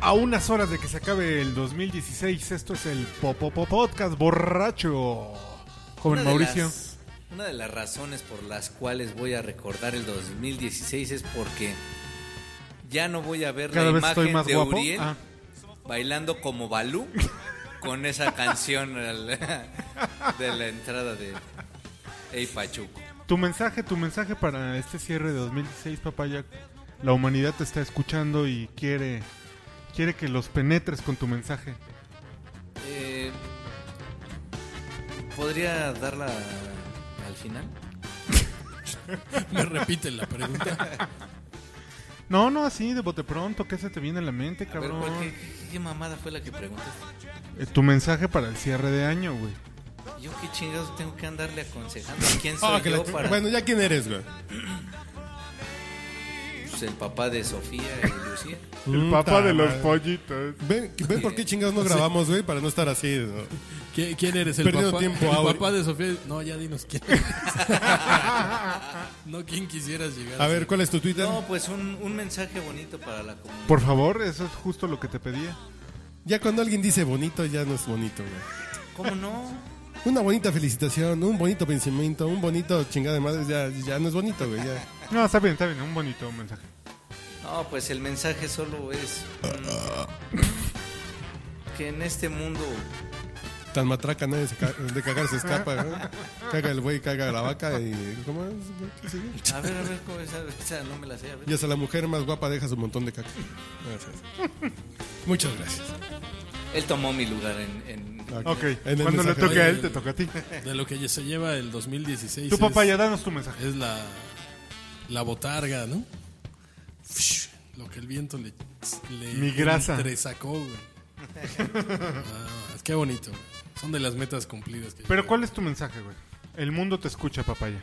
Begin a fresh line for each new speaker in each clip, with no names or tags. A unas horas de que se acabe el 2016, esto es el Popopo Podcast Borracho. Joven
Una de
Mauricio.
las- una de las razones por las cuales voy a recordar el 2016 es porque ya no voy a ver
Cada
la
vez
imagen
estoy más
de
guapo.
Uriel
Ah.
bailando como Balú con esa canción al- de la entrada de Ey Pachuco.
Tu mensaje, tu mensaje para este cierre de 2016, papá Jack. La humanidad te está escuchando y quiere, quiere que los penetres con tu mensaje.
Eh, ¿Podría darla al final?
Me repiten la pregunta.
No, no, así, de bote pronto, ¿qué se te viene a la mente,
A ver,
cabrón?
¿cuál- qué, qué- qué mamada fue la que preguntaste?
Eh, Tu mensaje para el cierre de año, güey.
Yo qué chingados tengo que andarle aconsejando. ¿A quién soy
Ah, que la
yo
chi-
para...?
Bueno, ¿ya quién eres, güey?
Pues el papá de Sofía y Lucía.
El
Puta
papá de los
madre.
pollitos.
¿Ven, ven por qué chingados no grabamos, güey? Para no estar así. ¿no?
¿Qui- ¿Quién eres? ¿El
Perdido
papá,
tiempo,
el
Auri.
papá de Sofía? No, ya dinos quién eres. no, ¿quién quisieras llegar?
A ver, ¿cuál es tu Twitter?
No, pues un, un mensaje bonito para la comunidad.
Por favor, eso es justo lo que te pedía.
Ya cuando alguien dice bonito, ya no es bonito, güey.
¿Cómo no?
Una bonita felicitación, un bonito pensamiento, un bonito chingada de madre, ya, ya no es bonito, güey. ya.
No, está bien, está bien, un bonito mensaje.
No, pues el mensaje solo es mm, que en este mundo
Tan matraca nadie se ca- de cagar se escapa, güey. Caga el güey, caga la vaca y... ¿Cómo es? güey? ¿Qué sigue?
a ver, a ver cómo es, a ver, esa no me la sé, a ver.
Y hasta la mujer más guapa deja su montón de caca. Gracias. Muchas gracias.
Él tomó mi lugar en, en-
Ok,
En el
cuando le
mensaje
toque a
de-
él, te toca a ti.
De lo que se lleva el 2016.
Tu
es-
papá, ya danos tu mensaje.
Es la, la botarga, ¿no? Fush, Lo que el viento le, le
Mi grasa.
entresacó, güey. Ah, qué bonito. güey. Son de las metas cumplidas. Que
Pero
yo-
¿cuál es tu mensaje, güey? El mundo te escucha, papaya.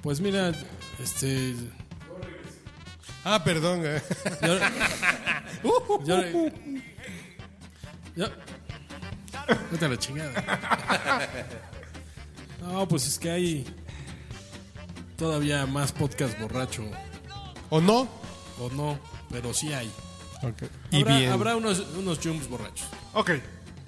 Pues mira, este...
Ah, perdón, güey.
Yo, yo, yo, vete a la chingada. No, pues es que hay todavía más podcast borracho.
¿O no?
O no, pero sí hay.
Ok.
habrá, habrá unos, unos jumps borrachos.
Ok,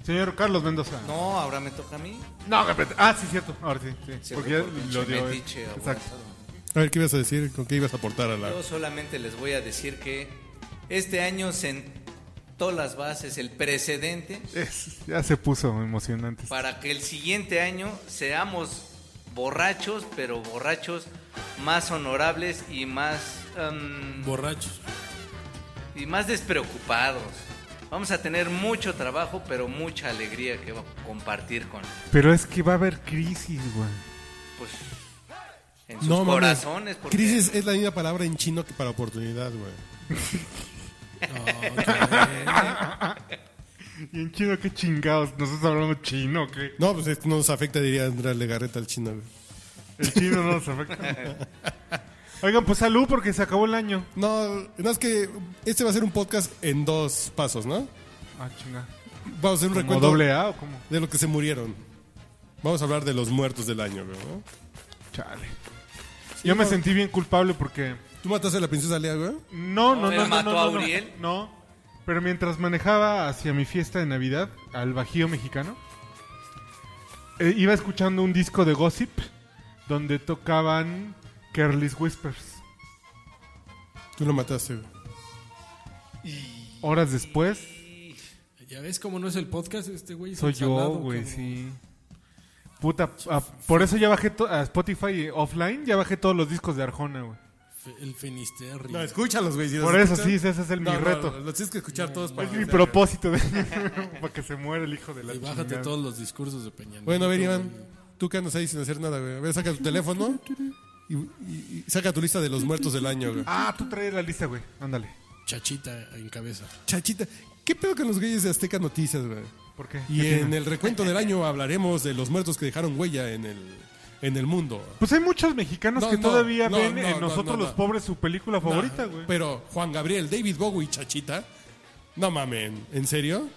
señor Carlos Mendoza.
No, ahora me toca a mí.
No, espérate. ah, sí, cierto. Ahora sí, sí.
Sí,
porque ya
por pinche
lo dio. él.
metiche,
Exacto.
abusado.
A ver, ¿qué ibas a decir? ¿Con qué ibas a aportar a la...?
Yo solamente les voy a decir que este año sentó las bases, el precedente
Es- ya se puso emocionante.
para que el siguiente año seamos borrachos, pero borrachos más honorables y más em,
Borrachos.
y más despreocupados. Vamos a tener mucho trabajo, pero mucha alegría que va a compartir con
Pero es que va a haber crisis, güey.
pues en sus
mames.
corazones. porque-
Crisis eh, es la misma palabra en chino que para oportunidad, güey.
Y en chino, qué chingados. Nosotros hablamos chino, o ¿qué?
No, pues esto no nos afecta, diría Andrea Legarreta al chino, güey.
El chino no nos afecta. Oigan, pues salud porque se acabó el año.
No, no es que este va a ser un podcast en dos pasos, ¿no?
Ah, chinga.
Vamos a hacer un
¿Como
recuento
doble A o cómo?
de los que se murieron. Vamos a hablar de los muertos del año, güey. ¿no?
Chale. Yo me sentí bien culpable porque...
¿Tú mataste a la princesa Lea, güey?
No,
No,
no, no,
él
no, no,
mató
no,
a
no.
Uriel.
No, pero mientras manejaba hacia mi fiesta de Navidad al Bajío mexicano, eh, iba escuchando un disco de Gossip donde tocaban Curly's Whispers.
Tú lo mataste, güey.
Horas después,
Ya ves cómo no es el podcast este güey. es
soy yo,
ensalado,
güey,
cabrón.
sí. Puta, ah, por eso ya bajé to- a Spotify eh, offline, ya bajé todos los discos de Arjona, güey.
Fe- El finisterri.
No, escúchalos, güey. si los
Por eso
escuchas-
sí, ese es el mi
No, no,
reto.
Los tienes que escuchar todos para...
es mi propósito de para que se muera el hijo de la
y bájate
chingada.
todos los discursos de Peña. Nieto,
Bueno, a ver, Iván,
güey.
tú quedas ahí sin hacer nada, güey. A ver, saca tu teléfono y, y- y saca tu lista de los muertos del año, güey.
Ah, tú traes la lista, güey. Ándale.
Chachita en cabeza.
Chachita, ¿qué pedo con los güeyes de Azteca Noticias, güey?
¿Por qué?
Y
¿Qué
en
tiene?
el recuento del año hablaremos de los muertos que dejaron huella en el en el mundo.
Pues hay muchos mexicanos
No,
que
no,
todavía
no,
ven
no,
en
no,
nosotros
no, no.
los pobres su película favorita,
Nah,
güey.
Pero Juan Gabriel, David Bowie, Chachita. No mamen, ¿en serio?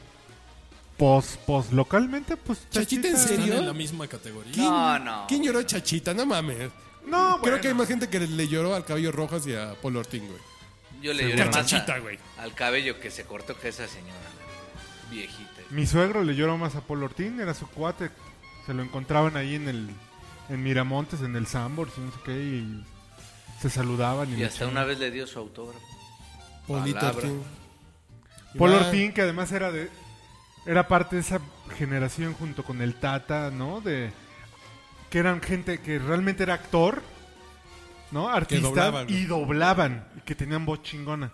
Pos, pos, localmente, pues.
Chachita, ¿en serio?
Están en la misma categoría.
¿Quién,
No, no.
¿Quién lloró Chachita? No mames.
No,
Creo
bueno.
que hay más gente que le lloró al cabello rojas y a Paul Ortín, güey.
Yo le lloré más a-
Chachita, güey.
al cabello que se cortó que esa señora, la viejita.
Mi suegro le lloró más a Paul Ortín, era su cuate. Se lo encontraban ahí en el. En Miramontes, en el Sambor, si no sé qué, y se saludaban. Y,
Y
le
hasta
echaban-
una vez le dio su autógrafo.
Paulito
Palabra.
Ortín.
Paul
Iván.
Ortín, que además era de. Era parte de esa generación junto con el Tata, ¿no? De. Que eran gente que realmente era actor, ¿no? Artista
doblaban,
y doblaban. Y que tenían voz chingona.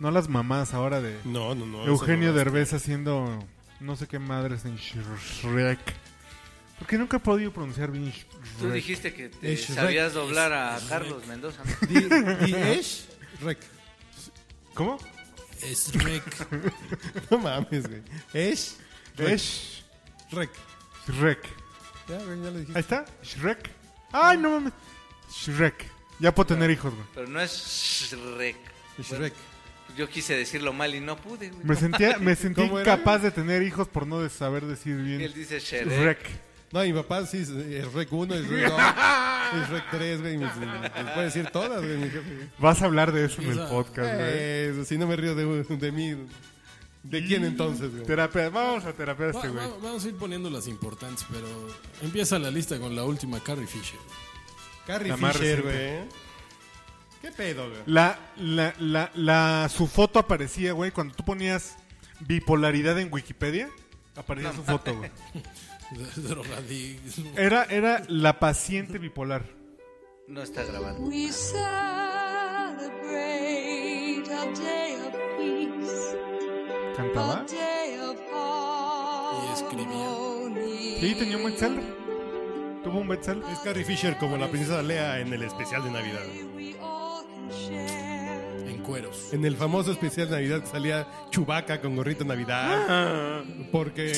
No las mamás ahora de
No, no, no.
Eugenio
eso no.
Derbez haciendo no sé qué madres en Shrek. Porque nunca he podido pronunciar bien Shrek.
Tú dijiste que te
Es Shrek,
sabías doblar
es
a
Shrek.
Carlos Mendoza. ¿no?
Di- di- Esh Rec.
¿Cómo?
Es Rec.
No mames, güey. Esh Rec.
Es
Rec.
Shrek.
Ya, güey, ya lo
Ahí
dijiste.
está, Shrek. Ay, no mames. Shrek. Ya puedo tener hijos, güey.
Pero no es Shrek.
Esh
Bueno,
Rec.
yo quise decirlo mal y no pude, güey.
Me sentía, me sentí
¿Cómo era?
incapaz de tener hijos por no de saber decir
Y Él
bien
dice eh, Shrek.
Shrek.
No, mi papá sí es- es Rec 1, es Rec 2, es Rec 3, güey. Me, me puede decir todas, güey. mi jefe, güey.
Vas a hablar de eso en el
Esa-
podcast, güey.
Eh, si no me río de, de mí, ¿de quién entonces, güey?
Terapia, vamos a terapear a
Va-
este güey.
va- vamos a ir poniendo las importantes, pero empieza la lista con la última, Carrie Fisher.
Carrie
La más
Fisher,
reciente.
güey. ¿Qué pedo, güey?
La, la, la, la, su foto aparecía, güey, cuando tú ponías bipolaridad en Wikipedia, aparecía su foto, güey.
Drogadicto.
Era, era la paciente bipolar.
No está grabando.
We celebrate a day of peace, a
¿Cantaba?
day of
Y escribía.
harmony.
Sí, tenía un bestseller. Tuvo un bestseller.
Es Carrie Fisher como la princesa Lea en el especial de Navidad.
We all can share.
En cueros.
En el famoso especial de Navidad que salía Chubaca con gorrito de Navidad.
Ah.
Porque,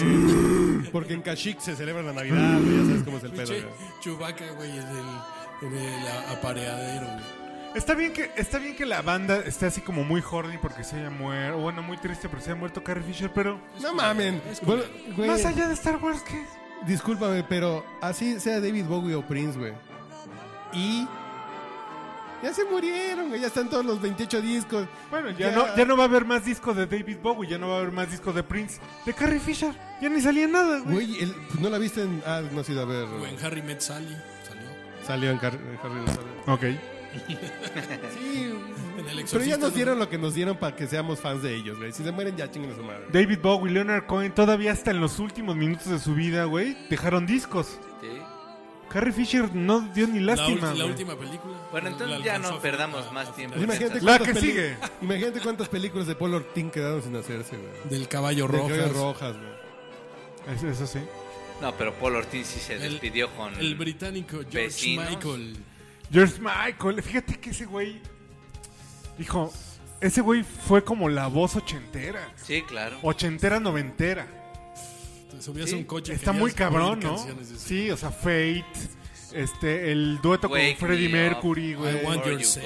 porque en Kashyyyk se celebra la Navidad, güey, ya sabes cómo es el pedo.
Che,
güey.
Chewbacca, güey, en el, en el a- apareadero, güey.
Está bien que está bien que la banda esté así como muy horny porque se haya muerto, bueno, muy triste porque se haya muerto Carrie Fisher, pero
No mamen.
Es
Bueno, güey,
más allá de Star Wars, ¿qué es?
discúlpame, pero así sea David Bowie o Prince, güey. Y ya se murieron, güey. Ya están todos los 28 discos.
Bueno, ya, No, ya no va a haber más disco de David Bowie, ya no va a haber más disco de Prince, de Carrie Fisher, ya ni salía nada, güey.
Güey, el- no la viste en. Ah, no has ido a ver.
O en Harry Met Sally. Salió.
Salió en Car- en Harry Potter.
Ok.
Sí,
En el
pero
Exorcista,
ya nos
¿no?
dieron lo que nos dieron para que seamos fans de ellos, güey. Si se mueren, ya chinguen a su madre.
David Bowie, Leonard Cohen, todavía hasta en los últimos minutos de su vida, güey, dejaron discos.
Sí.
Carrie Fisher no dio ni
La ul-
lástima.
La,
güey.
última película.
Bueno, entonces
La
ya
alcanzó
no
a-
perdamos
a-
más
a-
tiempo.
Pues
La
imagínate cuántas
que
peli-
sigue.
Imagínate cuántas películas de Paul Ortín quedaron sin hacerse, güey.
Del caballo
De
rojo.
Joyas rojas, güey.
Es- Eso sí.
No, pero Paul Ortiz sí se
El-
despidió con...
El británico George
Vecinos.
Michael.
George Michael, fíjate que ese güey. Hijo, ese güey fue como la voz ochentera.
Sí, claro.
Ochentera, noventera.
Te subías
Sí,
a un coche. y
Está
querías
muy cabrón,
oír
¿no?
canciones de ese-
Sí, o sea, Fate, este, el dueto
Wake
con Freddie
me
Mercury,
up,
güey.
I want
Where
your
you
sex.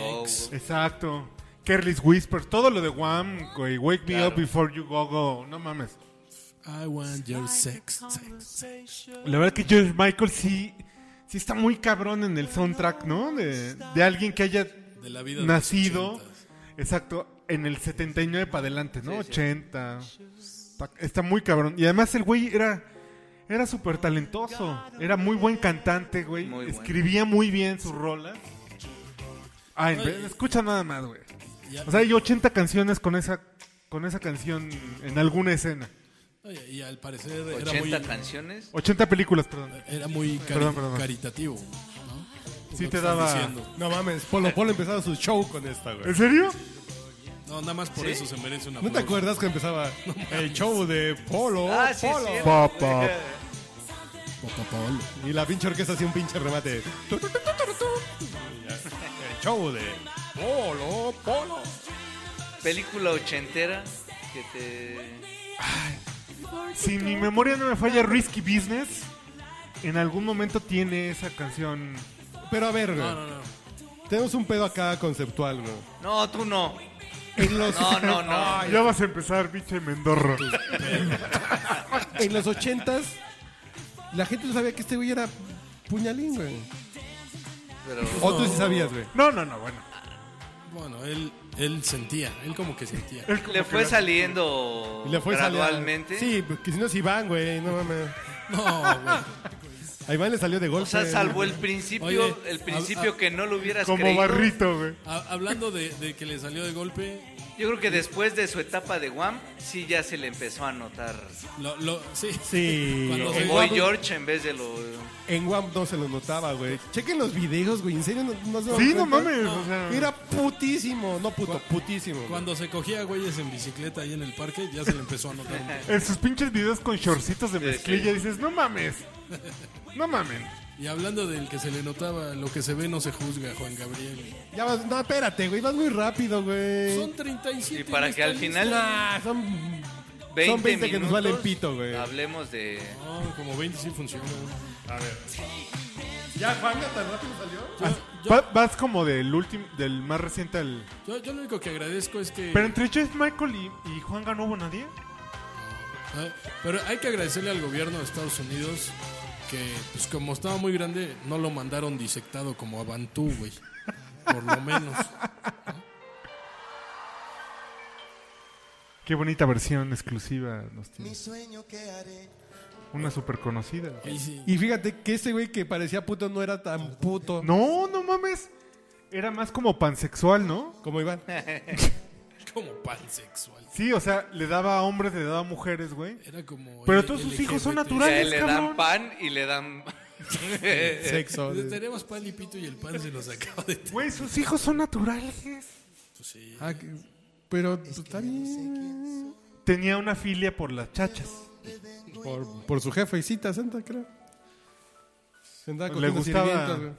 go.
Exacto. Careless Whisper, todo lo de Wham, güey. Wake me
Claro.
up before you go go. No mames.
I want your sex. sex.
La verdad que George Michael sí, sí está muy cabrón en el soundtrack, ¿no? De, de alguien que haya
De la vida de los
nacido,
ochentas.
exacto, en el 79 para adelante, ¿no?
Sí, sí.
80. Está, está muy cabrón. Y además el güey era era súper talentoso. Era muy buen cantante, güey.
Muy bueno.
Escribía muy bien sus rolas. Ay, ve- escucha nada más, güey.
Ya-
O sea, hay 80 canciones con esa con esa canción en alguna escena.
Oye, Y al parecer era
80
muy,
canciones.
80 películas, perdón.
era muy cari-
Perdón, perdón.
caritativo. ¿no?
Sí te
Lo que estás
daba-
diciendo.
No mames, Polo Polo empezaba su show con esta,
¿En
güey.
serio?
No, nada más por eso se merece una
¿No te acuerdas que empezaba el show de Polo?
Ah, sí,
Polo.
sí.
Papá.
Y la pinche orquesta hacía un pinche remate. Tu, tu, tu, tu, tu, tu. Y ya, El show de Polo, Polo.
Película ochentera que te...
Si mi memoria no me falla, Risky Business en algún momento tiene esa canción.
Pero a ver, güey,
No, no, no.
tenemos un pedo acá conceptual, güey.
No, tú no.
En los,
No, no, no.
ya vas a empezar, pinche Mendorro.
en los ochentas, la gente no sabía que este güey era puñalín, güey.
Pero
O tú sí sabías, güey.
No, no, no, bueno.
Bueno, él, él sentía, él como que sentía.
Es como
le
que
fue
la-
saliendo
Y le fue saliendo-
gradualmente.
Sí, porque si no es Iván, güey, no mames.
No, güey.
A Iván le salió de golpe.
O sea, salvo el principio,
Oye,
el
a-
principio
a-
que no lo hubieras
Como
creído.
barrito, güey.
Ha- hablando de, de que le salió de golpe,
Yo creo que después de su etapa de Guam, sí ya se le empezó a notar.
lo, lo- sí.
Sí.
Cuando
Como
se-
Boy George en vez de lo.
En Guam no se lo notaba, güey. Chequen los videos, güey. En serio, no, no se daban
Sí, no
cuenta?
mames. o sea,
Era putísimo. No puto, putísimo. güey.
Cuando se cogía güeyes en bicicleta ahí en el parque, ya se le empezó a notar. un poco.
en sus pinches videos con shortcitos de
Sí,
mezclilla dices, no mames. No mamen.
Y hablando del que se le notaba, lo que se ve no se juzga, Juan Gabriel.
Ya vas, no, espérate, güey. Vas muy rápido, güey.
Son 37.
Y para
en
que
esta
al final-
lista.
Ah, son
20
Son 20 que nos
minutos,
valen pito, güey.
Hablemos de.
No, como 20 sí funciona.
Ya, Juan, tan rápido salió.
Yo-
Va- vas como del último, del más reciente al.
Yo, yo lo único que agradezco es que...
Pero entre Chess Michael y, y Juanga no hubo nadie.
Ah, Pero hay que agradecerle al gobierno de Estados Unidos que, pues como estaba muy grande, no lo mandaron disectado como a Bantú, güey. Por lo menos.
Qué bonita versión exclusiva nos
Mi
tiene.
sueño que haré.
Una súper conocida.
Ahí sí.
Y fíjate que ese güey que parecía puto no era tan puto
No, no mames. Era más como pansexual, ¿no?
como Iván.
Como pansexual.
Sí, o sea, le daba a hombres, le daba a mujeres, güey.
Era como...
Pero
L-
todos sus
LGBT.
hijos son
que
naturales. Rayos,
le
cabrón.
dan pan y le dan.
Sexo.
Le Tenemos pan y pito y el pan se nos acaba de...
Güey, sus hijos son naturales.
Pues sí.
Ah, que- pero pues, está bien.
Tenía una filia por las chachas.
Por, por su jefecita santa, creo. Se andaba
Pues Le
cogiendo
gustaba-
sirvientas, güey.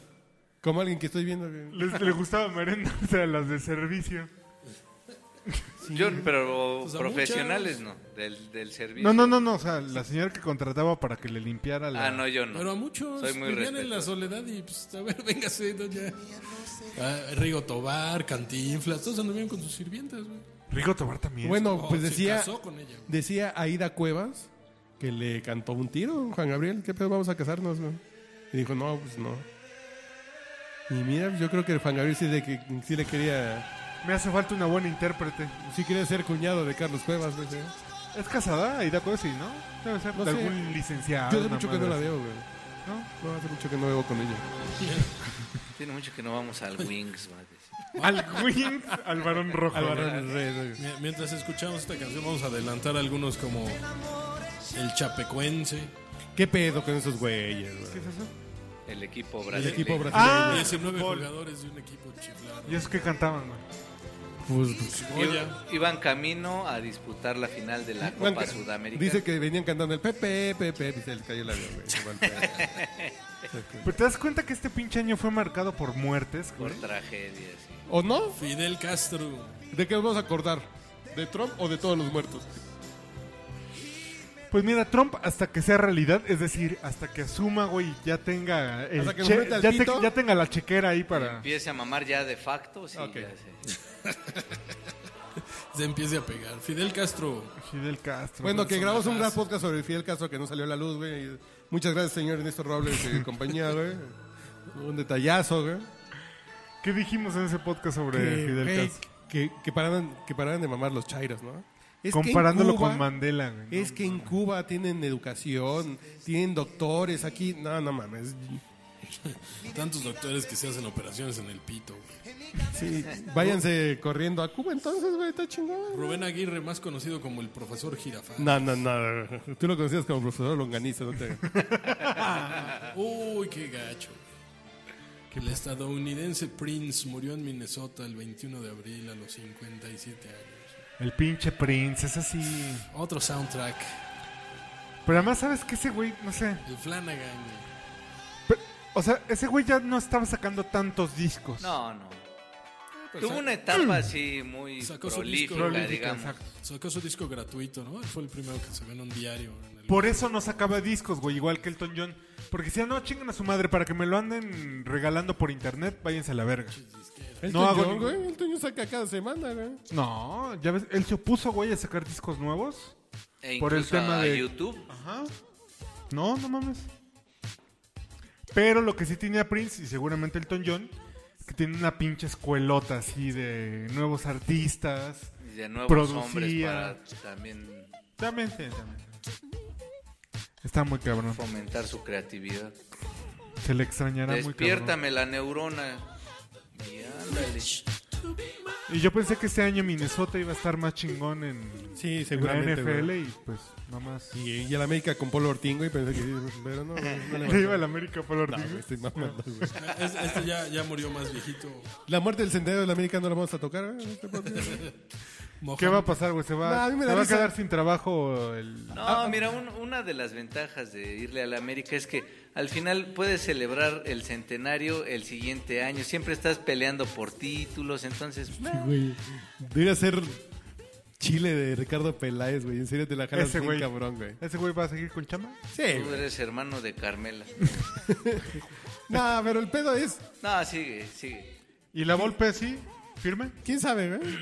Como alguien que estoy viendo, güey.
Les, le gustaba merendarse a las de servicio.
Yo, pero
Pues a
profesionales no, del, del servicio.
No, no, no, no. O sea, la señora que contrataba para que le limpiara la.
Ah, no, yo no.
Pero a muchos
Soy muy
vivían en la
respetuoso.
soledad y pues, a ver, véngase, ¿no? ya. Ah, Rigo Tobar, Cantinflas, todos anduvieron con sus sirvientas, güey.
Rigo Tobar también.
Bueno,
Oh,
pues
se
decía,
casó con ella, güey.
decía Aida Cuevas que le cantó un tiro, Juan Gabriel, ¿qué pedo vamos a casarnos? güey? Y dijo, no, pues no. Y mira, yo creo que Juan Gabriel sí, de que, sí le quería,
Me hace falta una buena intérprete.
sí quería ser cuñado de Carlos Cuevas, güey.
¿Es casada? Aida Cuevas, sí, ¿no? Debe ser
No
de
sé.
algún licenciado.
Yo hace
una
mucho que no la
madre
veo, güey.
así, ¿no?
No, hace mucho que no veo con ella.
Tiene mucho que no vamos al Wings, va a decir.
Al Wings, al varón rojo.
Álvaro Reyes, güey.
M- Mientras escuchamos esta canción vamos a adelantar algunos como El Chapecuense,
¿Qué pedo con esos güeyes, güey?
¿Qué es eso?
El equipo
El
brasileño.
equipo brasileño.
Ah,
19 jugadores de un equipo chiflado.
¿Y eso que cantaban, güey?
Pues, pues,
Goya.
I- Iban camino a disputar la final de la
Juan,
Copa
que-
Sudamericana.
Dice que venían cantando el Pepe, Pepe, y se les cayó el avión, güey. Se fue al pedo.
Pero te das cuenta que este pinche año fue marcado por muertes,
Por
güey.
tragedias. sí.
¿O no?
Fidel Castro.
¿De qué nos vamos a acordar? ¿De Trump o de todos los muertos?
Pues mira, Trump hasta que sea realidad, es decir, hasta que asuma, güey, y ya tenga el
Hasta que nos
che-
meta
ya,
el
te-
pito.
ya tenga la chequera ahí para
Empiece a mamar ya de facto. Sí,
Ok.
ya
Pues,
sé.
Se empieza a pegar. Fidel Castro.
Fidel Castro.
Bueno,
güey.
que grabamos un gran podcast sobre el Fidel Castro que no salió a la luz, güey. Muchas gracias, señor Ernesto Robles y compañía, güey. Un detallazo, güey.
¿Qué dijimos en ese podcast sobre Fidel
güey,
Castro?
que, que pararan, que pararan de mamar los chairos, ¿no? Es que en
Comparándolo
Cuba-
con Mandela, güey. ¿no?
Es que en Cuba tienen educación, tienen doctores, aquí... No, no mames.
Tantos doctores que se hacen operaciones en el pito. güey.
Sí, váyanse corriendo a Cuba entonces, güey, está chingón.
Rubén Aguirre, más conocido como el profesor Jirafán.
No, no, no. Tú lo conocías como profesor longaniza, no te...
Uy, qué gacho. El estadounidense Prince murió en Minnesota el 21 de abril a los 57 años.
El pinche Prince, es así.
Otro soundtrack,
Pero además, ¿sabes qué? Ese güey, no sé.
el Flanagan. güey.
Pero, o sea, ese güey ya no estaba sacando tantos discos.
No, no.
pues, eh,
Tuvo una etapa así muy
Sacó su
prolífica,
disco.
Prolífica,
digamos.
exacto.
Sacó su disco gratuito, ¿no? Fue el primero que se ve en un diario. en el-
Por eso no sacaba discos, güey, igual que Elton John. Porque si no, chingan a su madre para que me lo anden regalando por internet, váyanse a la verga.
El
No hago
Toño,
ningún-
güey. El Toño saca cada semana, güey.
No, ya ves, él se opuso, güey, a sacar discos nuevos.
E
Por el
incluso
tema
a
de-
YouTube.
Ajá. No, no mames. Pero lo que sí tenía Prince y seguramente Elton John, que tiene una pinche escuelota así de nuevos artistas.
Y de nuevos hombres
Producía.
para también
También, sí, también. Está muy cabrón.
fomentar su creatividad.
Se le extrañará muy cabrón.
Despiértame la neurona. Y ándale.
Y yo pensé que este año Minnesota iba a estar más chingón en,
Sí,
en la
seguramente.
NFL
güey.
y pues nomás.
Y, y el América con Polo Ortín, güey. Pensé que sí, pero no. güey, no le va
Le
a-
iba al América por los
No, güey,
Ortiz.
estoy mamando, güey.
Es- Este ya, ya murió más viejito.
La muerte del sendero del América no la vamos a tocar, güey. en este podcast, güey.
¿Qué va a
Mohamed.
pasar, güey? Se va,
No, a mí me
se
da
va a
risa.
quedar sin trabajo el.
No, mira, un- una de las ventajas de irle a la América es que al final puedes celebrar el centenario el siguiente año. Siempre estás peleando por títulos, entonces... meh.
Güey, Debería ser Chile de Ricardo Peláez, güey. En serio te la jalas
Ese
bien
güey.
cabrón, güey.
¿Ese güey va a seguir con chama?
Sí.
Tú eres hermano de Carmela.
No, pero el pedo es,
No, sigue, sigue.
¿Y la Volpe sí? ¿Firme?
quién sabe, güey.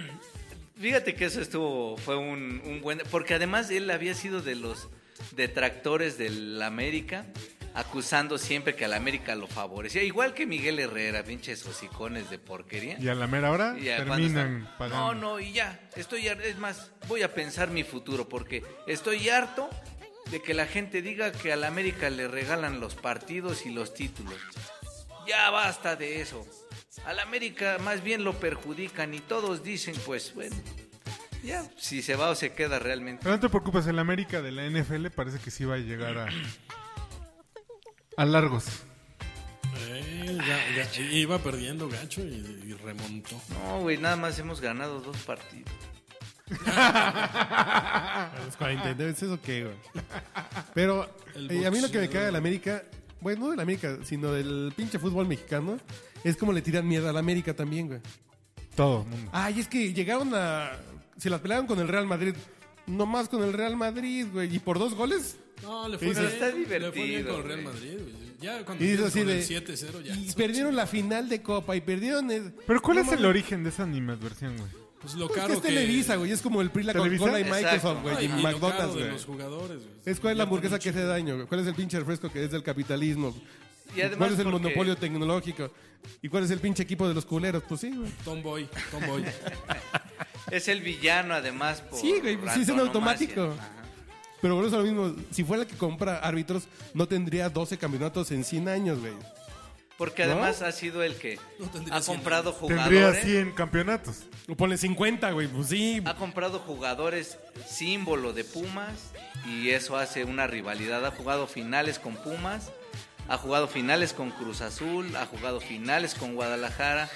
Fíjate que eso estuvo, fue un, un buen... Porque además él había sido de los detractores del América, acusando siempre que al América lo favorecía. Igual que Miguel Herrera, pinches hocicones de porquería.
Y a la mera hora
Y ya cuando
terminan
están-
pagando.
No, no, y ya. Estoy har- Es más, voy a pensar mi futuro porque estoy harto de que la gente diga que a la América le regalan los partidos y los títulos. Ya basta de eso. A la América más bien lo perjudican y todos dicen, pues bueno, ya, si se va o se queda realmente.
Pero no te preocupes, el América de la NFL parece que sí va a llegar a. a largos.
Eh, ga- ga- iba perdiendo gacho y, y remontó.
No, güey, nada más hemos ganado dos partidos.
A los 49, ¿eso qué, güey? Pero
El
eh, a mí lo que me
boxeo.
cae del América, bueno, no del América, sino del pinche fútbol mexicano, es como le tiran mierda al América también, güey.
Todo el mundo.
Ay, es que llegaron a... Se las pelearon con el Real Madrid. Nomás con el Real Madrid, güey. Y por dos goles.
No, le fue
Pero
bien,
está
Le fue bien
divertido,
con el Real
güey.
Madrid. güey. Ya cuando
Y dices así de...
el 7-0 ya.
Y perdieron la final de Copa. Y perdieron... el-
Pero ¿cuál
No
es el
mames.
origen de esa animadversión, güey?
Pues lo
Pues
caro
que es Televisa, güey. Es como el PRI, la
¿Televisa?
Coca-Cola y Microsoft,
Exacto.
güey. Y,
lo caro
McDonald's,
de
güey.
los jugadores. güey.
Es cuál es
Ya
la hamburguesa que
también
hace daño, güey? cuál es el pinche refresco que es del capitalismo,
Y además
cuál es el
porque-
monopolio tecnológico y cuál es el pinche equipo de los culeros, pues sí, güey.
Tomboy, Tomboy.
Es el villano además. Por
Sí, güey, pues sí es en
antonomasia.
automático.
Ajá.
Pero por eso lo mismo, si fuera el que compra árbitros, no tendría 12 campeonatos en 100 años, güey.
Porque
¿No?
además ha sido el que
No tendría
ha
cien
comprado
Tendría
jugadores.
100 campeonatos.
O ponle 50, güey, pues sí.
Ah.
Ha comprado jugadores símbolo de Pumas y eso hace una rivalidad. Ha jugado finales con Pumas, ha jugado finales con Cruz Azul, ha jugado finales con Guadalajara.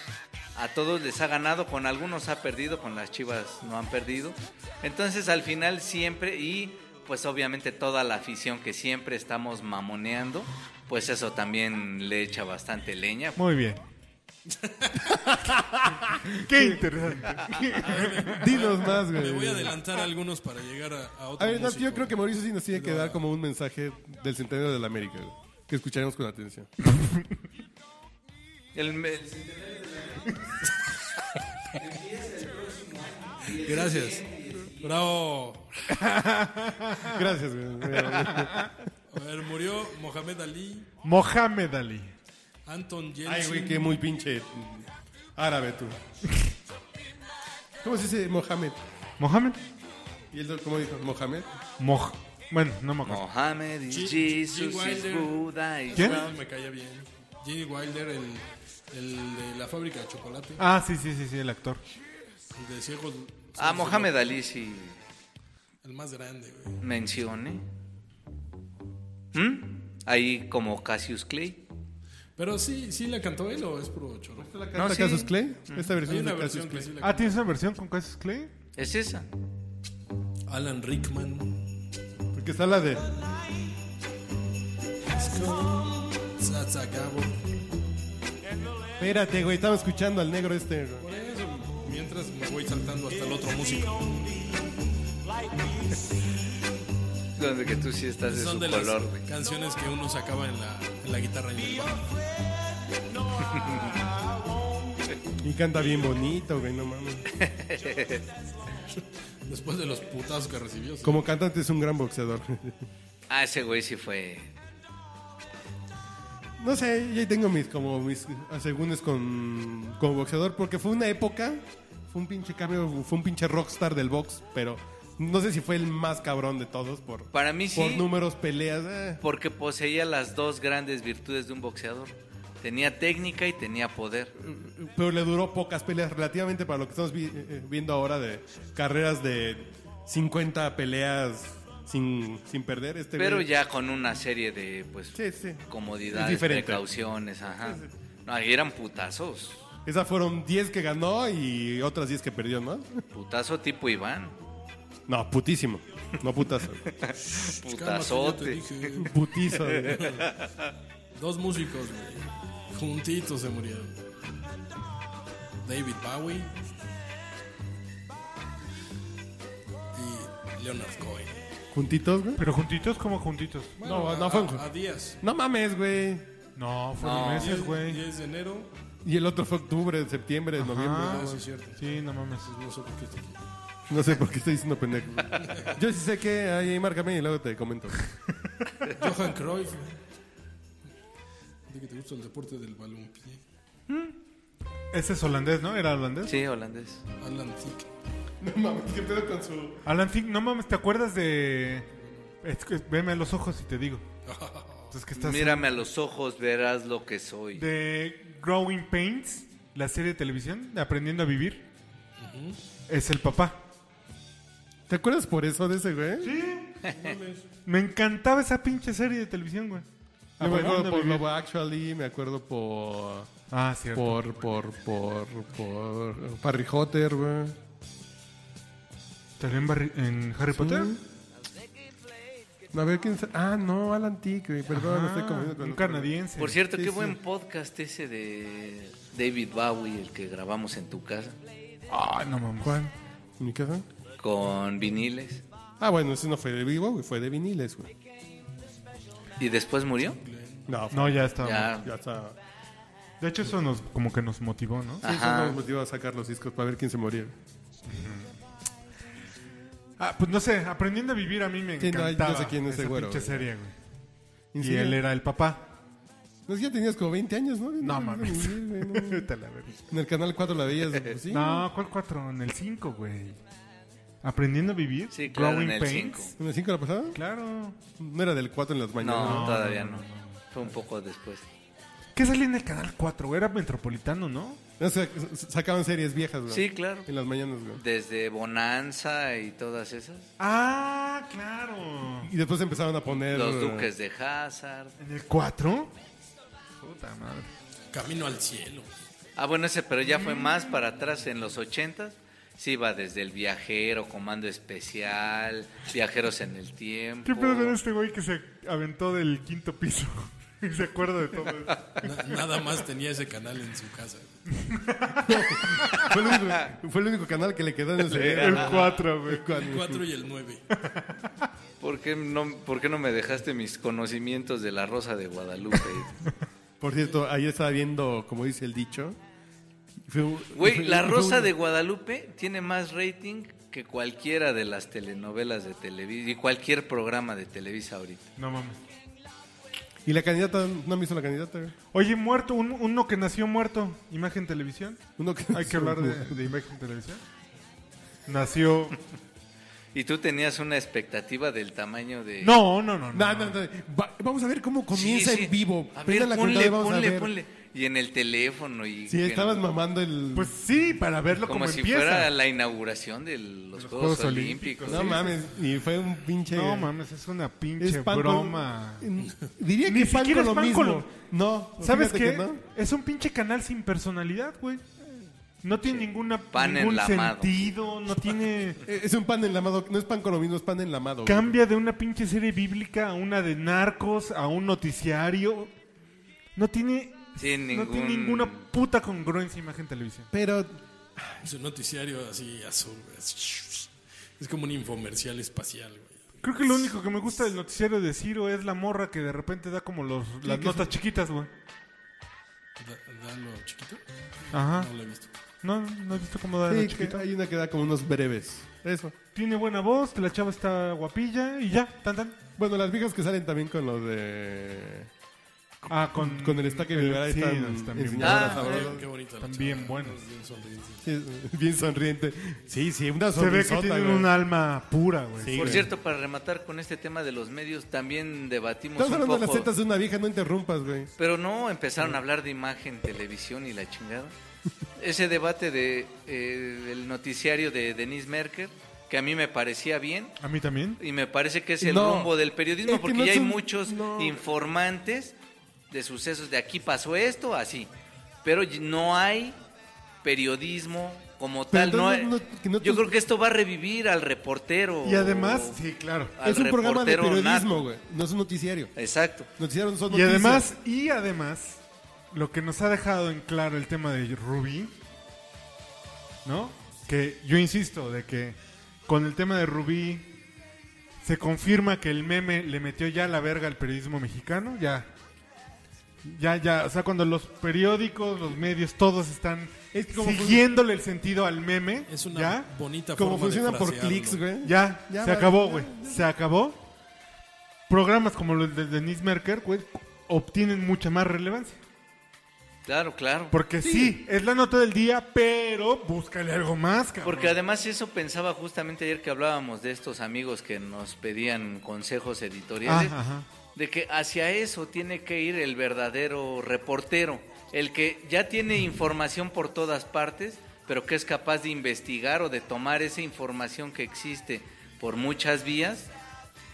A todos les ha ganado, con algunos ha perdido, con las Chivas no han perdido. Entonces al final siempre y pues obviamente toda la afición que siempre estamos mamoneando, pues eso también le echa bastante leña.
Muy bien. Qué interesante.
Dinos más,
Me voy a
güey.
adelantar algunos para llegar a, a otro.
A ver, no,
músico.
yo creo que Mauricio sí nos tiene que dar como un mensaje del centenario de la América, güey, que escucharemos con atención.
El me-
Gracias. Bravo. Ah.
Gracias, güey.
A ver, murió Mohamed Ali,
Mohamed Ali.
Anton Yeltsin.
Ay, güey, qué muy pinche árabe tú. ¿Cómo se dice Mohamed?
¿Mohamed?
¿Y el cómo dijo? ¿Mohamed?
Moj. Bueno, no me acuerdo.
Mohammed is
G-
Jesus
G.
is
Wilder.
Buddha is
¿Quién?
Ay, me caía bien. Jimmy Wilder, el, el de la fábrica de chocolate,
Ah, sí, sí, sí, sí, el actor.
el de ciegos.
Ah, Mohamed Ali sí
El más grande, güey.
mencione. ¿Mm? Ahí como Cassius Clay.
Pero sí, sí la cantó él o es puro choro.
Pues ¿La
No, sí.
Casus Clay? Esta
Hay
versión
una
de Casus
versión que
Clay.
sí Mm. la
Ah,
cantó.
¿tienes una versión con Cassius Clay?
Es esa.
Alan Rickman.
Porque está la de.
Zaza Gabo.
Espérate, güey, estaba escuchando al negro este. güey.
Por eso, mientras me voy saltando hasta el otro músico.
donde que tú sí estás de
Son
su
de
color,
las
güey.
canciones que uno sacaba en la, en la guitarra y en el bajo.
Y canta bien bonito, güey, no mames.
Después de los putazos que recibió. sí.
Como cantante es un gran boxeador.
Ah, ese güey sí fue.
No sé, yo ahí tengo mis como mis asegúnes con como boxeador porque fue una época, fue un pinche cambio, fue un pinche rockstar del box, pero no sé si fue el más cabrón de todos por
Para mí
por
sí,
números, peleas. eh.
porque poseía las dos grandes virtudes de un boxeador. Tenía técnica y tenía poder.
Pero le duró pocas peleas relativamente para lo que estamos vi- eh, eh, viendo ahora de carreras de 50 peleas sin, sin perder este
Pero
güey-
ya con una serie de, pues,
Sí, sí. Es
comodidades,
diferente.
precauciones, ajá. No, ahí eran putazos.
Esas fueron 10 que ganó y otras 10 que perdió, ¿no?
Putazo tipo Iván.
No, putísimo. No putas.
Cálmate, ya te
Putazote.
dije.
Putizo. güey.
Dos músicos, güey. Juntitos se murieron. David Bowie. Y Leonard Cohen.
¿Juntitos, güey?
Pero juntitos, como juntitos?
No,
a-
no fue un-
a, a días.
No mames, güey.
No, fueron meses,
10,
güey.
10 de enero.
Y el otro fue octubre, septiembre,
Ah,
noviembre.
sí, es cierto.
Sí, no mames.
No sé por qué está aquí.
No sé por qué estoy diciendo pendejo. Yo sí sé que ahí márcame y luego te comento.
Johan Cruyff. De que te gusta el deporte del balompié.
Ese es holandés, ¿no? ¿Era holandés?
Sí, holandés.
Alan Thicke.
No mames, qué pedo con su.
Alan Thicke, no mames, ¿te acuerdas de...? Es que veme a los ojos y te digo. Entonces, que estás
Mírame a los ojos, verás lo que soy.
de Growing Pains, la serie de televisión, de Aprendiendo a Vivir. Es el papá.
¿Te acuerdas por eso de ese, güey? Sí,
Me encantaba esa pinche serie de televisión, güey.
me acuerdo
Aprendiendo a
por
Vivir.
Love Actually, me acuerdo por.
Ah, cierto.
Por, por, por, por. Harry Potter, güey.
¿También Barry- en Harry Potter?
Mm. A ver quién. se- Ah, no, Alan Tick, güey. Perdón,
Ah,
estoy confundiendo con
un
otro.
canadiense.
Por cierto,
Sí,
qué
sí.
buen podcast ese de David Bowie, el que grabamos en tu casa,
Ay, no mames.
¿Cuál? ¿En mi casa?
con viniles.
Ah, bueno, ese no fue de vivo, güey. Fue de viniles, güey.
¿Y después murió?
No, fue-
No, ya está.
Ya.
ya está.
De hecho, eso nos como que nos motivó, ¿no?
Sí, eso
Ajá.
nos motivó a sacar los discos para ver quién se moría.
Ah, pues no sé, aprendiendo a vivir a mí me
Sí, no, yo
encantaba.
sé quién es
esa
ese güero,
pinche
güey.
serie, güey.
¿En
Y
serio?
él era el papá.
No, ya tenías como 20 años, ¿no?
No mames.
sí, güey, no.
Vete a la verga.
En el canal 4 la veías. pues, sí.
No, ¿cuál cuatro? En el 5, güey. ¿Aprendiendo a vivir?
Sí, claro,
Growing
en el
Pains.
5.
¿En el 5 la pasada?
Claro.
No era del 4 en las mañanas.
No,
No,
todavía
no,
no. Fue un poco después.
¿Qué salía en el canal 4? Era Metropolitano, ¿no?
No, sa- sacaban series viejas, güey.
Sí, claro.
En las mañanas, güey.
Desde Bonanza y todas esas.
Ah, claro.
Y después empezaron a poner.
Los
eh,
Duques de Hazard.
¿En el 4? Puta madre.
Camino al cielo.
Ah, bueno, ese, pero ya fue más para atrás en los 80 Sí, iba desde el viajero, comando especial, viajeros en el tiempo.
¿Qué pedo con este güey que se aventó del quinto piso? Y se acuerda de todo eso.
Na- nada más tenía ese canal en su casa.
Fue el, único, fue el único canal que le quedó en el
El
cerebro.
4, güey.
El 4 y el 9.
¿Por qué, no, ¿Por qué no me dejaste mis conocimientos de la Rosa de Guadalupe?
Por cierto, ayer estaba viendo, como dice el dicho. fue un-
Güey,
fue-
la
fue
Rosa
un-
de Guadalupe tiene más rating que cualquiera de las telenovelas de Televisa y cualquier programa de Televisa ahorita.
No mames.
Y la candidata, no me hizo la candidata, güey.
Oye, muerto, un- uno que nació muerto. Imagen Televisión.
Uno que-
Hay que hablar de, de Imagen Televisión. Nació.
Y tú tenías una expectativa del tamaño de...
No, no, no.
No,
no,
no, no. Va- vamos a ver cómo comienza
Sí, sí.
en vivo.
A ver,
Prenda la
ponle,
computadora y vamos a
ponle,
ver.
ponle. Y en el teléfono y...
Sí,
que-
estabas mamando el.
Pues sí, para verlo
Como
como,
si
empieza.
fuera la inauguración de los, Juegos,
Juegos
Olímpicos.
Olímpicos.
no
sí,
mames. Y fue un pinche.
No mames, es una
es
pinche
pan con-
broma.
Mm, Diría
Ni
que pan
siquiera
con
es
lo
pan
mismo.
con lo-
No.
¿Sabes
Pues fíjate
qué?
que no.
Es un pinche canal sin personalidad, güey. No tiene ninguna
Pan
ningún
enlamado.
sentido, no tiene
Eh, Es un pan enlamado. No es pan con lo mismo, es pan enlamado. güey.
cambia de una pinche serie bíblica a una de narcos, a un noticiario. No tiene
Sí,
no tiene
ningún-
ninguna puta congruencia imagen televisión.
Pero.
Su noticiario así azul. güey, así. Es como un infomercial espacial, güey.
Creo que lo único que me gusta del noticiero de Ciro es la morra que de repente da como los, las
que
notas chiquitas, güey.
Da- Dalo chiquito.
Ajá.
Ah.
No lo he visto.
No, no he visto cómo da la
Sí, que
chiquita.
hay una que da como unos breves. Eso.
Tiene buena voz, que la chava está guapilla y ya, tan tan.
Bueno, las viejas que salen también con lo de.
Ah, con,
Con el estaque
el-
liberal
sí,
están,
están bien
enseñando
buenas.
las
Ah,
abuelas.
Qué bonita. la
Están
chava.
bien buenos.
Bien sonriente.
Sí, bien sonriente. Sí, sí, una
Se ve que
sonrisota,
tienen
güey.
un alma pura, güey.
Sí,
Por
güey.
cierto, para rematar con este tema de los medios, también debatimos
Estamos
un
hablando de las
poco.
tetas de una vieja, no interrumpas, güey.
Pero no, empezaron a hablar de imagen, televisión y la chingada. Ese debate de, eh, del noticiario de Denise Merker, que a mí me parecía bien,
A mí también.
y me parece que es el
No,
rumbo del periodismo,
es que
porque
no
ya hay
es un-
muchos
no.
informantes de sucesos, de aquí pasó esto, así. Pero y- no hay periodismo como
Pero
tal. No
entonces
hay-
no- que no
yo
te-
creo que esto va a revivir al reportero.
Y además, sí, claro.
al
es un programa de
reportero
periodismo,
nato.
güey. No es un noticiario.
Exacto.
Noticiarios no son
Y
noticias.
además, y además, lo que nos ha dejado en claro el tema de Rubí, ¿no? Que yo insisto, de que con el tema de Rubí se confirma que el meme le metió ya la verga al periodismo mexicano, ya. Ya, ya, o sea, cuando los periódicos, los medios, todos están
Es que como
siguiéndole el sentido al meme,
Es una
¿ya?
bonita
Como
forma de
funcionan por
frasearlo.
clics, güey.
Ya,
Ya,
se
va-
acabó,
ya,
güey. Se acabó. Programas como los de Denise Merker, güey, obtienen mucha más relevancia.
Claro, claro.
Porque sí. es la nota del día, pero búscale algo más, cabrón.
Porque además eso pensaba justamente ayer que hablábamos de estos amigos que nos pedían consejos editoriales,
Ah,
Ajá, ajá.
de que hacia eso tiene que ir el verdadero reportero, el que ya tiene información por todas partes, pero que es capaz de investigar o de tomar esa información que existe por muchas vías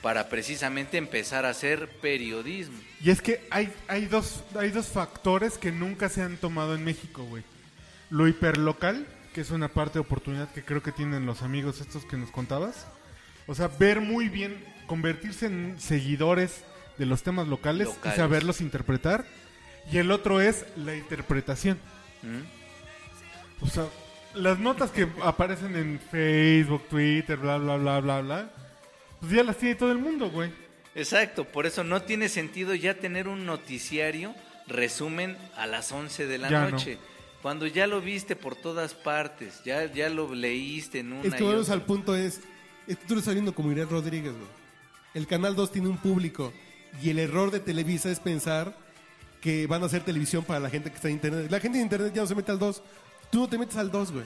para precisamente empezar a hacer periodismo.
Y es que hay, hay, dos, hay dos factores que nunca se han tomado en México, güey. Lo hiperlocal, que es una parte de oportunidad que creo que tienen los amigos estos que nos contabas. O sea, ver muy bien, convertirse en seguidores de los temas locales,
Locales.
y saberlos interpretar. Y el otro es la interpretación.
¿Mm?
O sea, las notas que aparecen en Facebook, Twitter, bla, bla, bla, bla, bla, pues ya las tiene todo el mundo, güey.
Exacto, por eso no tiene sentido ya tener un noticiario resumen a las 11 de la
Ya no.
noche. Cuando ya lo viste por todas partes, ya, ya lo leíste en una
Es que
y
volvemos
otra.
al punto es, es que tú lo estás viendo como Irene Rodríguez, güey. El Canal 2 tiene un público y el error de Televisa es pensar que van a hacer televisión para la gente que está en internet. La gente de internet ya no se mete al 2. Tú no te metes al 2, güey.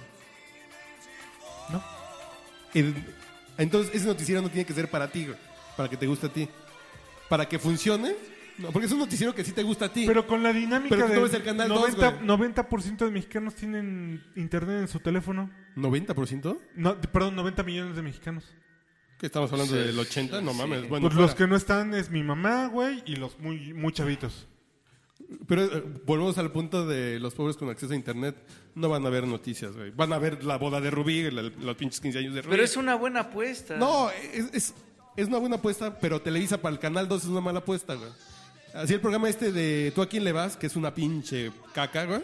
No.
El- entonces ese noticiero no tiene que ser para ti, güey. Para que te guste a ti. Para que funcione. No, porque es un noticiero que sí te gusta a ti.
Pero con la dinámica
Pero tú
de
no ves el Canal
90,
dos, güey.
90% de mexicanos tienen internet en su teléfono.
¿90%?
No, de- perdón, 90 millones de mexicanos.
Que estamos hablando
Sí,
del 80, no
sí.
mames. Bueno,
Pues los
fuera.
que no están es mi mamá, güey, y los muy, muy chavitos.
Pero eh, volvemos al punto de los pobres con acceso a internet. No van a ver noticias, güey. Van a ver la boda de Rubí, la- los pinches 15 años de Rubí.
Pero es una buena apuesta.
No, es, es, es una buena apuesta, pero Televisa para el Canal 2 es una mala apuesta, güey. Así el programa este de ¿Tú a quién le vas? Que es una pinche caca, güey.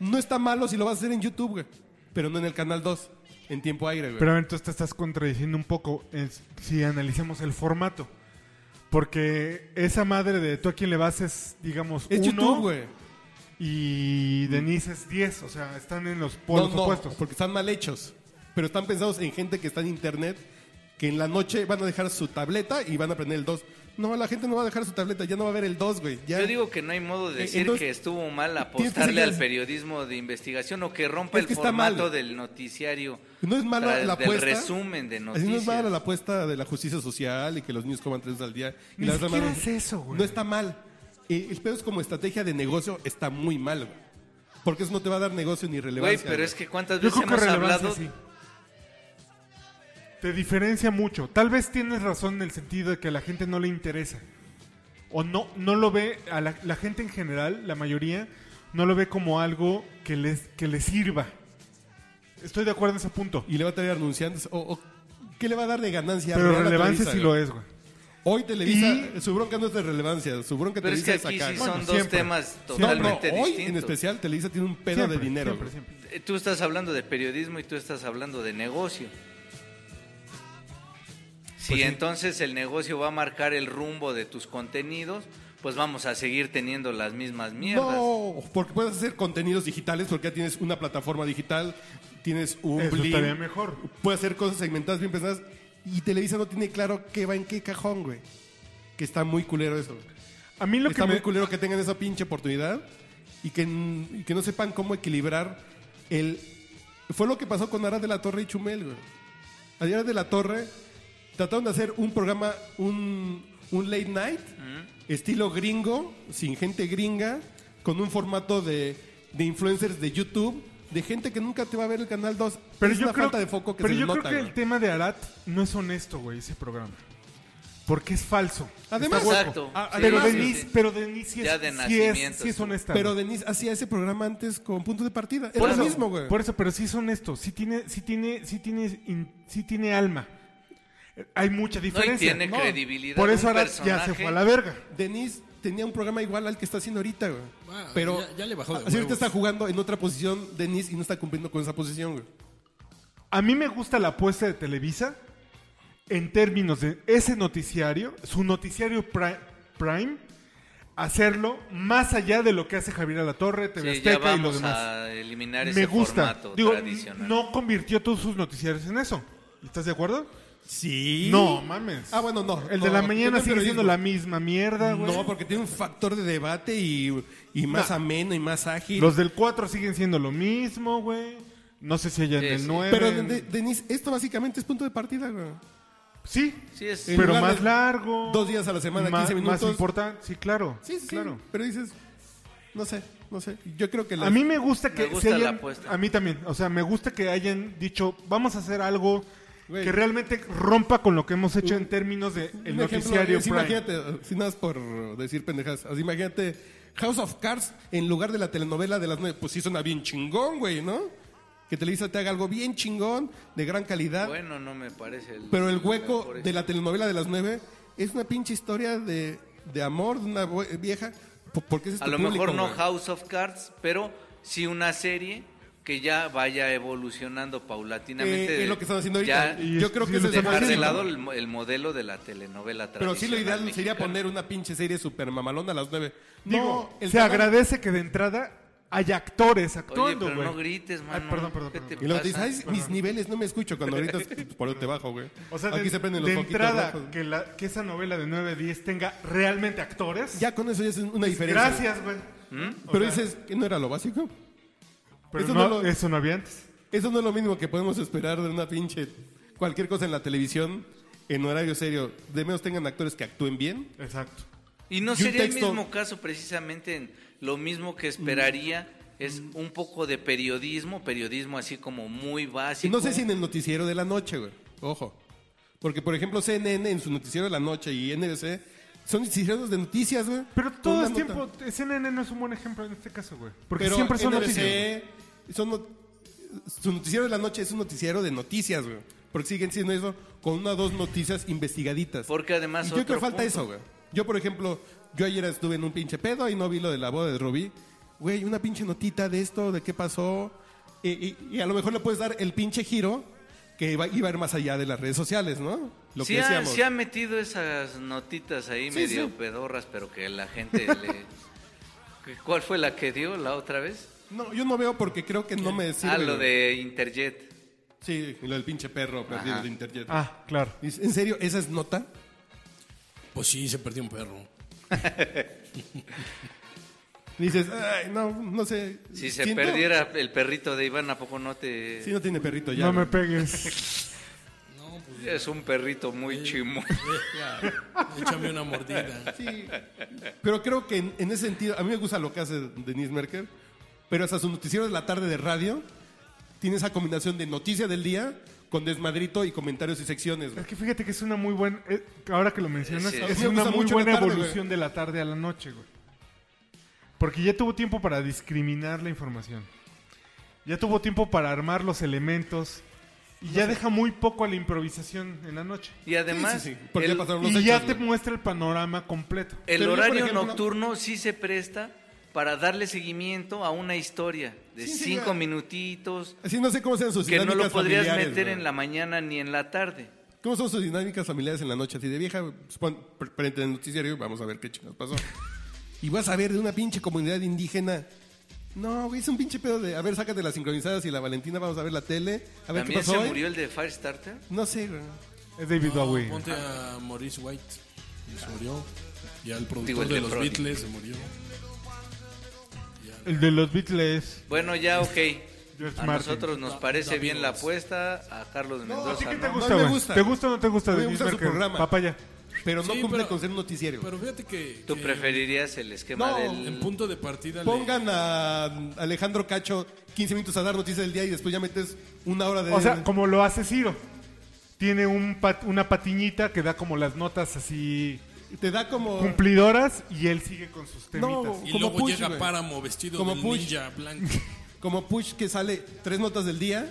No está malo si lo vas a hacer en YouTube, güey. Pero no en el Canal 2, en tiempo aire, güey.
Pero a ver, entonces te estás contradiciendo un poco es- si analizamos el formato. Porque esa madre de tú a quién le vas es, digamos,
es
uno
YouTube, güey.
y Denise es 10. O sea, están en los
No,
polos
no,
opuestos.
porque están mal hechos. Pero están pensados en gente que está en internet, que en la noche van a dejar su tableta y van a aprender el 2. No, la gente no va a dejar su tableta, ya no va a ver el 2, güey. Ya.
Yo digo que no hay modo de
Eh,
decir
entonces,
que estuvo mal
que
apostarle
seguir
al
al-
periodismo de investigación o que rompa
Es que
el
está mal.
formato del noticiario.
No es mala
tra-
la
del
apuesta.
resumen de
Así
noticias.
no es mala la apuesta de la justicia social y que los niños coman tres veces al día. y
Ni
las demás-
siquiera es eso, güey.
No está mal. Eh, el pedo es como estrategia de negocio, está muy mal, güey. Porque eso no te va a dar negocio ni
Güey,
relevancia.
pero es que cuántas
Yo
veces
creo que
hemos
relevancia
hablado
sí. Te diferencia mucho. Tal vez tienes razón en el sentido de que a la gente no le interesa. O no, no lo ve, a la, la gente en general, la mayoría, no lo ve como algo que les, que les sirva. Estoy de acuerdo en ese punto.
Y le va a traer anunciantes. O, o ¿Qué le va a dar de ganancia?
Pero
real a
relevancia
Televisa,
sí
güey?
lo es, güey.
Hoy Televisa, eh,
Y-
su bronca no es de relevancia, su bronca
Pero es que
Televisa
aquí
sacar.
sí
Bueno,
son dos
siempre.
temas
No,
No,
totalmente
no, hoy en
distintos.
especial Televisa tiene un pedo
Siempre,
de dinero.
siempre,
güey.
siempre.
Eh, Tú estás hablando de periodismo y tú estás hablando de negocio. Si
Pues
entonces el negocio va a marcar el rumbo de tus contenidos, pues vamos a seguir teniendo las mismas mierdas.
No, porque puedes hacer contenidos digitales porque ya tienes una plataforma digital, tienes un
Eso
blip,
estaría mejor.
Puedes hacer cosas segmentadas bien pensadas y Televisa no tiene claro qué va en qué cajón, güey. Que está muy culero eso.
A mí lo que
está
me...
muy culero que tengan esa pinche oportunidad y que, n- y que no sepan cómo equilibrar el... Fue lo que pasó con Arad de la Torre y Chumel, güey. Arad de la Torre trataron de hacer un programa, un, un late night, estilo gringo, sin gente gringa, con un formato de, de influencers de YouTube, de gente que nunca te va a ver el canal 2.
Pero
es
yo
una
creo,
falta de foco que
pero
se
yo
nota,
creo que
güey.
el tema de Arat no es honesto, güey, ese programa. Porque es falso.
Además,
Está hueco.
Exacto.
Ah,
Sí,
pero
sí,
Denise,
sí.
pero Denise sí es,
Ya de
sí es-
nacimiento
sí es
estuvo.
honesta.
Pero
güey.
Denise hacía ese programa antes con punto de partida.
por
Era
eso,
lo mismo, güey.
Por eso, pero sí es honesto, sí tiene, sí tiene, sí tiene, in- sí tiene alma. Eh, Hay mucha diferencia.
tiene credibilidad,
Por eso
un
Arat ya se
personaje.
fue a la verga.
Denise tenía un programa igual al que está haciendo ahorita, güey.
Ah,
pero
ya- ya le bajó de
así ahorita
huevos.
está jugando en otra posición Denise y no está cumpliendo con esa posición, güey.
A mí me gusta la apuesta de Televisa en términos de ese noticiario, su noticiario pri- Prime, hacerlo más allá de lo que hace Javier Alatorre, TV
Sí, ya
Azteca y lo
vamos
demás.
a eliminar ese
me gusta.
formato
Digo,
tradicional.
no convirtió todos sus noticiarios en eso. ¿Estás de acuerdo?
Sí.
No, mames.
Ah, bueno, no.
El de la
No,
mañana
yo
sigue
prefiero
siendo
ir-
la misma mierda, güey.
No, porque tiene un factor de debate y, y más ameno y más ágil.
Los del 4 siguen siendo lo mismo, güey. No sé si allá en
Sí,
el
sí.
9.
Pero de- Denise, esto básicamente es punto de partida, güey.
Sí,
Sí, es-
En
pero
lugar
más
de
largo.
dos días a la semana,
más,
15
Más
minutos.
importante, sí, claro.
Sí, sí, sí,
claro.
Pero dices, no sé, no sé. Yo creo que las-
A mí me gusta que
Me gusta
se
la
hayan-
apuesta.
a mí también, o sea, me gusta que hayan dicho, vamos a hacer algo
Güey.
que realmente rompa con lo que hemos hecho en términos de
un
el
ejemplo,
noticiario
es,
Prime.
Imagínate, si nada más por decir pendejas, así imagínate House of Cards en lugar de la telenovela de las nueve. Pues sí suena bien chingón, güey, ¿no? Que Televisa te haga algo bien chingón, de gran calidad.
Bueno, no me parece.
Pero el hueco
mejor
de la telenovela de las nueve es una pinche historia de, de amor de una bue- vieja. P- Porque ese es
A
tu
lo
público,
mejor no
güey.
House of Cards, pero sí una serie que ya vaya evolucionando paulatinamente.
Eh,
de-
es lo que están haciendo ahorita.
ya
Y
Yo creo
sí
que ese
lo
es el
están
dejar de
haciendo.
lado el, mo- el modelo de la telenovela
Pero
tradicional.
sí lo ideal sería
mexicana.
poner una pinche serie super mamalona a las nueve.
Digo,
no, el
se
canal-
agradece que de entrada haya actores
Oye,
actuando,
pero
güey.
no grites, mano.
Ay, perdón, perdón,
¿Qué
perdón.
te
Y luego
pasa?
te dices, "Ay, mis niveles no me escucho cuando ahorita pues, por ahí te bajo, güey.
O sea,
Aquí
de,
se prenden los
de
foquitos
entrada
rojos.
que, la- que esa novela de 9 a 10 tenga realmente actores.
Ya con eso ya es una diferencia.
gracias, güey.
Pero dices que no era lo básico.
Pero
Eso
no-
no lo-
eso no había antes.
Eso no es lo mínimo que podemos esperar de una pinche cualquier cosa en la televisión en horario serio. De menos tengan actores que actúen bien.
Exacto.
Y no
un
sería
texto- Mm.
el mismo caso precisamente en lo mismo que esperaría es un poco de periodismo, periodismo así como muy
Y
básico.
no sé si en el noticiero de la noche, güey. Ojo. Porque por ejemplo CNN en su noticiero de la noche y NBC son noticieros de noticias, güey.
Pero
Con
todo
una
el
nota.
tiempo, eh, CNN no es un buen ejemplo en este caso, güey. Porque
Pero
siempre son
NBC,
noticias.
son not- su noticiero de la noche es un noticiero de noticias, güey. Porque siguen siendo eso con una o dos noticias investigaditas.
Porque además
y yo creo que
otro
falta
punto.
eso, güey. Yo, por ejemplo, yo ayer estuve en un pinche pedo y no vi lo de la boda de Rubí. Güey, una pinche notita de esto, de qué pasó. Y, y- y a lo mejor le puedes dar el pinche giro que iba, iba a ir más allá de las redes sociales, ¿no? Lo
sí,
que
ha,
decíamos.
sí ha metido esas notitas ahí
Sí,
medio
sí.
pedorras, pero que la gente le... ¿Cuál fue la que dio la otra vez?
No, yo no veo porque creo que no me sirve.
ah, lo
güey.
de Interjet.
Sí, y lo del pinche perro perdido
Ajá.
de internet.
Ah, claro.
Dices, ¿En serio? ¿Esa es nota?
Pues sí, se perdió un perro.
Dices, ay, no, no sé.
Si se
Siento-
perdiera el perrito de Iván, ¿a poco no te...?
Sí, no tiene perrito ya.
no me
güey.
pegues.
pues, eh,
Es un perrito
Eh.
muy chimo.
Échame una mordida.
Sí. Pero creo que en, en ese sentido, a mí me gusta lo que hace Denise Merker, pero hasta su noticiero de la tarde de radio tiene esa combinación de noticia del día con desmadrito y comentarios y secciones. güey.
Es que fíjate que es una muy buena. eh, ahora que lo mencionas,
Sí. A mí
es
me
una
gusta
muy
mucho la
buena
tarde,
evolución de la tarde a la noche, güey. Porque ya tuvo tiempo para discriminar la información. Ya tuvo tiempo para armar los elementos. Y ya deja muy poco a la improvisación en la noche.
Y además,
Sí, sí, sí, porque ya
el-
pasaron los
Y ya
hechos,
te
güey. Eh,
muestra el panorama completo.
El
Pero yo, por
horario
ejemplo-
nocturno sí se presta para darle seguimiento a una historia de
Sí, sí,
cinco
ya.
minutitos
Así no sé cómo sean sus
que no lo
dinámicas
podrías
familiares,
meter
güey.
en la mañana ni en la tarde.
¿Cómo son sus dinámicas familiares en la noche? Así de vieja, pues, pon- pre- prende el noticiario y vamos a ver qué chingados pasó. Y vas a ver de una pinche comunidad indígena. No, güey, es un pinche pedo de. A ver, sácate las sincronizadas y la Valentina, vamos a ver la tele. A ver qué
¿También
pasó.
se
hoy.
murió el de Firestarter?
No sé, güey.
Es David Bowie.
Ponte a Maurice White. y Se murió. Ya el productor
Digo, el
de,
de
los
Prodigy.
Beatles se murió.
El de los Beatles.
Bueno, ya, ok.
George
A
Martin.
nosotros nos parece bien la apuesta, a Carlos
¿A ti
Mendoza
qué te
no.
gusta,
Ah, No me
güey?
gusta.
¿Te gusta o no te gusta?
No me
Dennis
gusta su
Merker?
programa.
Papaya.
Pero no
Sí,
cumple
pero-
con ser un noticiario.
Pero fíjate que.
¿Tú
que
preferirías el esquema
No,
del...?
En punto de partida. le-
Pongan a Alejandro Cacho 15 minutos a dar noticias del día y después ya metes una hora de.
O sea, como lo hace Ciro. Tiene un pat- una patiñita que da como las notas así
te da como.
cumplidoras y él sigue con sus temitas.
No.
Y
como
luego
Push,
llega
güey.
Páramo vestido
Como
de
Push.
ninja blanco.
Como push que sale tres notas del día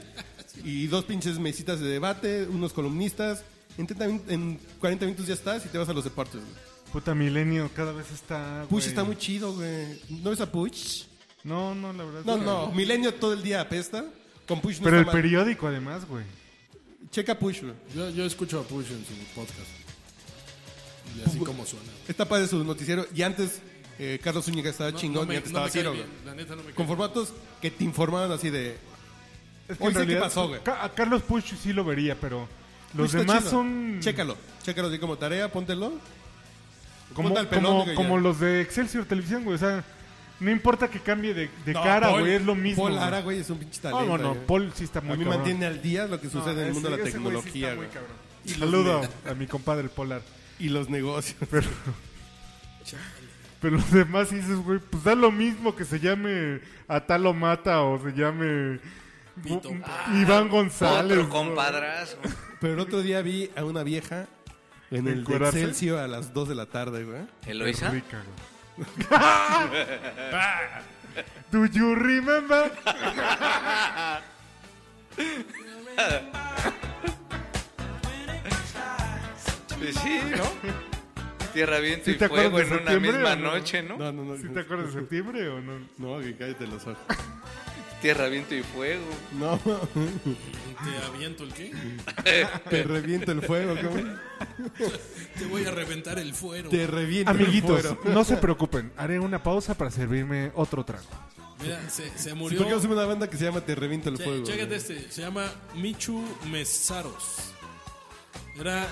y dos pinches mesitas de debate, unos columnistas. En, 30 min- en 40 minutos ya estás y te vas a los deportes. güey.
Puta milenio, cada vez está.
Push
güey.
está muy chido, güey. ¿No ves a Push?
No, no, la verdad.
No,
es que-
no. Milenio todo el día apesta. Con Push no
Pero el
está mal.
periódico, además, güey.
Checa Push, güey.
Yo, yo escucho a Push en su podcast. Y así como suena.
Está padre su noticiero. Y antes eh, Carlos Zúñiga estaba
No-
chingón
no me-
y antes
no me
estaba Ciro,
cae
güey.
bien, La neta no me
Con
cae.
formatos que te informaban así de...
Es en
Hoy sé qué
realidad,
pasó, güey.
Ca- A Carlos Puch sí lo vería, pero los
"Push, está
demás
chido".
son.
Chécalo. Chécalo así como tarea, póntelo.
Como,
Ponte al pelón,
como-
digo, ya.
como los de Excelsior Televisión, güey. O sea, no importa que cambie de, de
No,
cara,
Paul-
güey. Es lo mismo.
Paul
güey.
Ara, güey, es un pinche talento.
Ah, bueno,
güey.
Paul sí está muy
a mí
cabrón.
mantiene al día lo que
No,
sucede en el mundo de la
ese- ese güey sí está
tecnología
muy
güey.
cabrón. Saludo a mi compadre el Polar.
y los negocios.
Pero, pero los demás dices, güey, pues da lo mismo que se llame Atalo Mata o se llame
Pito.
Gu- Iván González. güey.
Otro compadrazo.
Pero el otro día vi a una vieja en el de
¿Encuerarse?
Excelsior a las 2 de la tarde, güey.
¿Eloisa?
Rica, güey. Do you remember?
Pues sí, ¿no? Tierra, viento
¿Sí
y
te acuerdas
fuego
de
en una
septiembre
misma
o no?
noche, ¿no?
No, no, no.
¿Sí te acuerdas de septiembre o no?
No, que cállate los ojos.
Tierra, viento y fuego.
No,
¿Te aviento el qué?
te reviento el fuego, güey.
Te voy a reventar el fuero.
Te reviento el
Amiguitos,
fuego.
no se preocupen. Haré una pausa para servirme otro trago.
Mira, se, se
Si
murió.
tú conoces una banda que se llama Te reviento el
Che-
fuego.
chécate
güey.
este, se llama Michu Mesaros. Era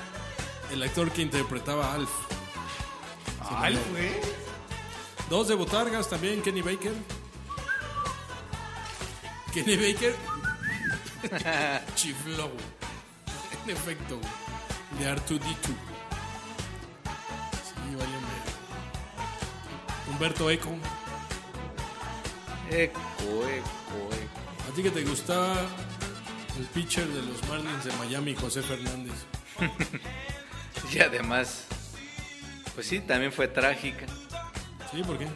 el actor que interpretaba a Alf. ¿Alf, güey? Dos de Botargas también, Kenny Baker. Kenny Baker. Chifló, güey. En efecto, güey. De R2D2. Sí, valió madre. Humberto Eco.
Eco, eco, eco.
¿A ti que te gustaba el pitcher de los Marlins de Miami, José Fernández?
Y además, pues sí, también fue trágica.
Sí, ¿por qué?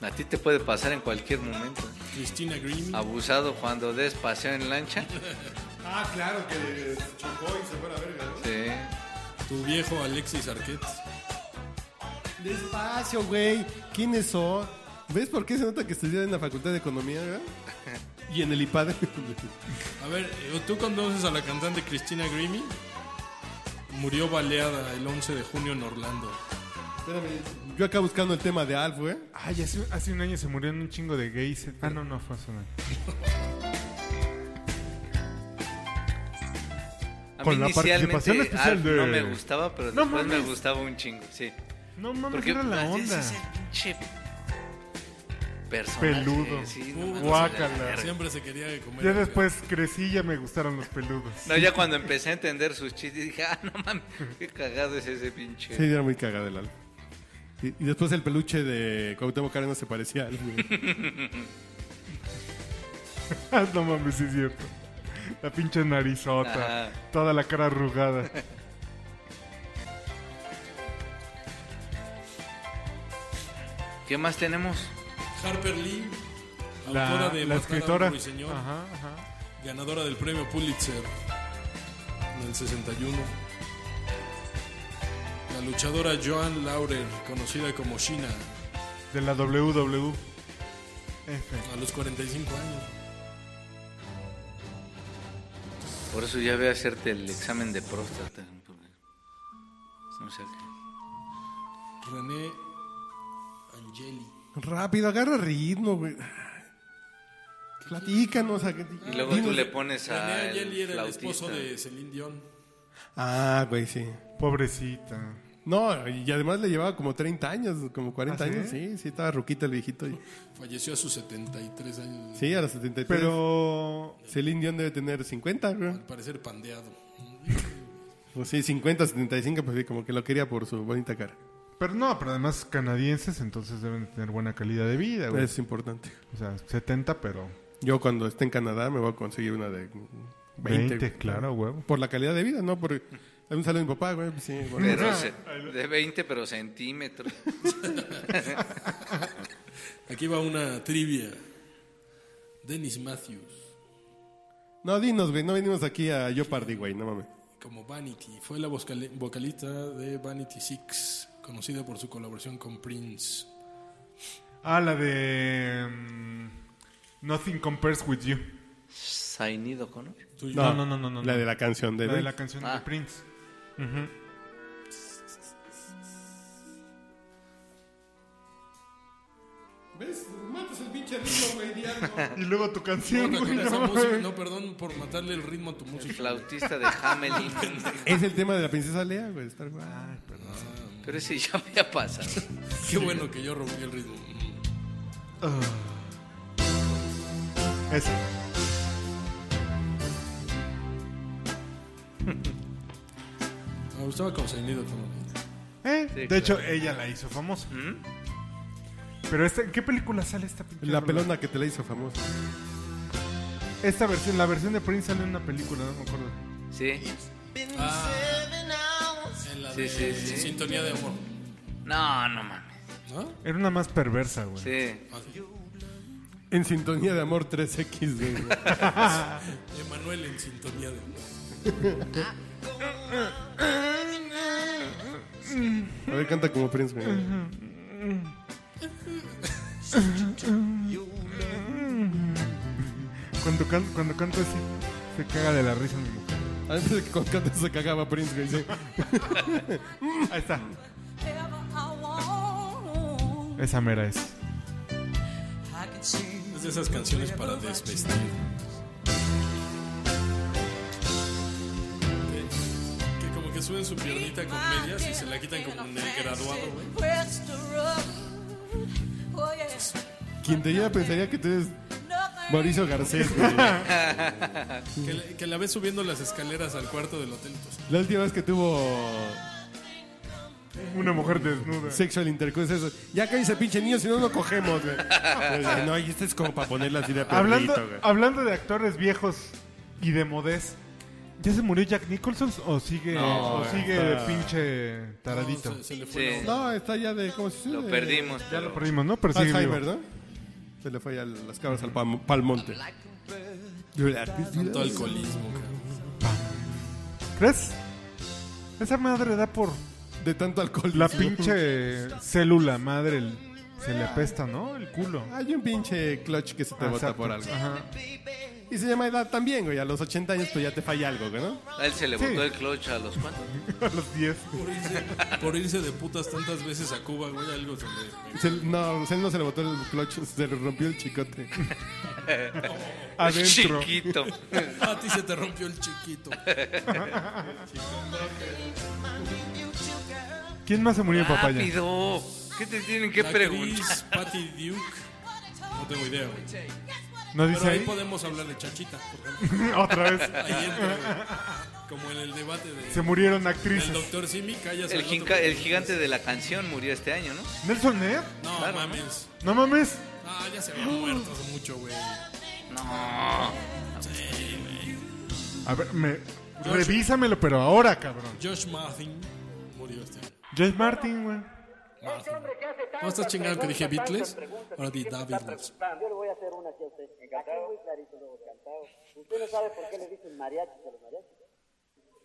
A ti te puede pasar en cualquier momento.
Cristina Grimm.
Ah. Abusado cuando des paseo en lancha.
Ah, claro, que chocó y se fue a la verga, ¿no?
Sí.
Tu viejo Alexis Arquette.
Despacio, güey. ¿Quiénes son? ¿Ves por qué se nota que estudié en la Facultad de Economía, güey? Y en el IPAD.
A ver, eh, ¿tú conoces a la cantante Cristina Grimm? Murió baleada el 11 de junio en Orlando.
Espérame, yo acá buscando el tema de Alf, güey.
Ay, hace, hace un año se murieron un chingo de gays. Ah, no, no, fue hace un año.
A mí
Con la participación
inicialmente
especial
Alf
de-
no me gustaba, pero
No
después me
mames.
gustaba un chingo, sí.
No mames,
Porque
era la
pues, ese
onda.
es el pinche personaje,
Peludo.
sí,
Uh,
mames,
guácala.
de la verga.
Siempre se quería comer.
Ya después crecí y ya me gustaron los peludos.
No, ya cuando empecé a entender sus chistes dije, ah, no mames, qué cagado es ese pinche.
Sí, era muy cagado el Alf. Y, y después el peluche de Cuauhtémoc Cárdenas se parecía a Alf, güey.
Ah, no mames, sí es cierto. La pinche narizota.
Ajá.
Toda la cara arrugada.
¿Qué más tenemos?
Harper Lee, autora
La,
de
la
Matar a un
escritora.
Ruiseñor,
Ajá, ajá.
ganadora del premio Pulitzer en el 61. La luchadora Joan Laurer, conocida como Sheena,
De la WW. F.
a los 45 años.
Por eso ya voy a hacerte el examen de próstata. porque No sé qué.
René Angeli.
Rápido, agarra ritmo, güey. Platícanos. a-
Y
Ah,
luego tú
dinos-
le pones a
René Angeli
el
era el esposo
flautista.
de Celine Dion.
Ah, güey, sí.
Pobrecita.
No, y además le llevaba como 30 años, como 40
¿Ah, sí?
años. Sí, sí, estaba ruquita el viejito. y-
Falleció a sus 73 años.
Sí, a los 73.
Pero
Celine Dion debe tener 50, güey.
Al parecer pandeado.
O
Pues
sí, 50, 75, pues sí, como que lo quería por su bonita cara.
pero no, pero además canadienses, entonces deben tener buena calidad de vida, güey.
Es importante.
O sea, 70, pero
Yo cuando esté en Canadá me voy a conseguir una de
20,
20. güey.
claro, huevo.
Por la calidad de vida, ¿no? Por un saludo a mi papá, güey. Sí, bueno.
Ah.
Pero se- de 20, pero centímetros.
Aquí va una trivia. Dennis Matthews,
No, dinos, güey. No venimos aquí a Yo Party, güey. No mames.
como Vanity, fue la vocali- vocalista de Vanity Six, conocida por su colaboración con Prince.
Ah, la de... mm, Nothing compares with you.
Zainido O'Connor.
Tú y
No,
yo.
no, no, no, no.
La
no.
de la canción de.
La de la canción de
Ah.
Prince.
¿Ves? Matas pues el pinche ritmo, güey,
Y luego tu
No,
canción,
no,
güey,
esa
no,
música-
güey.
no, perdón por matarle el ritmo a tu
El
música.
flautista de Hamelin.
Es el tema de la princesa Lea, güey. Star Wars.
Ah,
Pero ese ya había pasado.
Qué bueno que yo rompí el ritmo. Mm.
Esa.
Me gustaba con Zainido también.
¿Eh?
Sí,
de
claro.
hecho, ella la hizo famosa. Pero esta, ¿en qué película sale esta pinche
La
rola?
pelona que te la hizo famosa.
Esta versión, la versión de Prince sale en una película, no me acuerdo.
Sí.
En la
Sí,
de
sí, sí.
Sintonía de Amor.
No, no mames.
¿No?
Era una más perversa, güey.
Sí.
En sintonía de amor 3X, güey.
Emanuel en Sintonía de Amor.
A ver, canta como Prince, güey.
Cuando, can- cuando canto así, se caga de la risa mi mujer.
Antes de que cuando canta se cagaba Prince, güey. sí.
Ahí está.
Ever I want,
Esa mera es.
I can sing
Es de esas canciones para desvestir. Que, que como que suben su piernita con medias y se la quitan como en el graduado, güey.
Oh,
Quien te lleva pensaría que tú eres Mauricio Garcés, güey.
Que, la- que la ves subiendo las escaleras al cuarto del hotel. pues, entonces,
La última vez que tuvo
Una mujer desnuda.
sexual intercourse, eso. Ya cállese, pinche niño, si no, no cogemos, güey. Pues, No, y este es como para ponerla así de perrito,
hablando,
güey.
hablando de actores viejos y de modez, ¿ya se murió Jack Nicholson o sigue, o sigue de pinche taradito?
Se, se le fue
Sí.
la
No, está ya de. ¿Cómo se dice?
Lo
De-
perdimos.
Eh, Ya lo
pero-
perdimos, ¿no? Pero sigue
Alzheimer,
vivo.
¿no? Se le fue ya las cabras al pam- palmonte.
onda. alcoholismo, cabrón.
¿Crees? Esa madre da por
De tanto alcohol.
la pinche célula madre. el- se le apesta, ¿no? El culo.
Hay un pinche clutch que se te bota
Exacto.
por algo.
Ajá.
Y se llama edad también, güey. A los 80 años, pues ya te falla algo, güey, ¿no?
A él se le
Sí.
botó el clutch a los cuantos.
A los 10.
Por irse, por irse de putas tantas veces a Cuba, güey, algo se le...
Se- no, se- no se le botó el clutch, se le rompió el chicote.
Adentro.
Chiquito.
A ti se te rompió el chiquito.
¿Quién más se murió en papaya?
Rápido. ¿Qué te tienen que
La
preguntar?
actriz Patty Duke. No tengo idea, güey.
¿No
Pero
dice
ahí
ahí?
podemos hablar de chachita. por ejemplo.
Otra vez.
Ahí entra, güey. Como en el debate de...
Se murieron
El
actrices.
doctor Simi, callas
El,
al otro,
jinca- el
güey.
gigante de la canción murió este año, ¿no?
¿Nelson Ned?
No,
Claro, ¿no?
mames.
No mames.
Ah, ya se había muerto hace mucho, güey.
No.
A ver, me... revísamelo, pero ahora, cabrón.
Josh Martin murió este año.
Josh Martin, güey.
Martin. ¿No estás chingando que dije Beatles? Ahora di David.
Yo le voy a hacer una aquí a usted. Encantado. Muy clarito, luego, encantado. Usted no sabe por qué le dicen mariachis a los mariachis.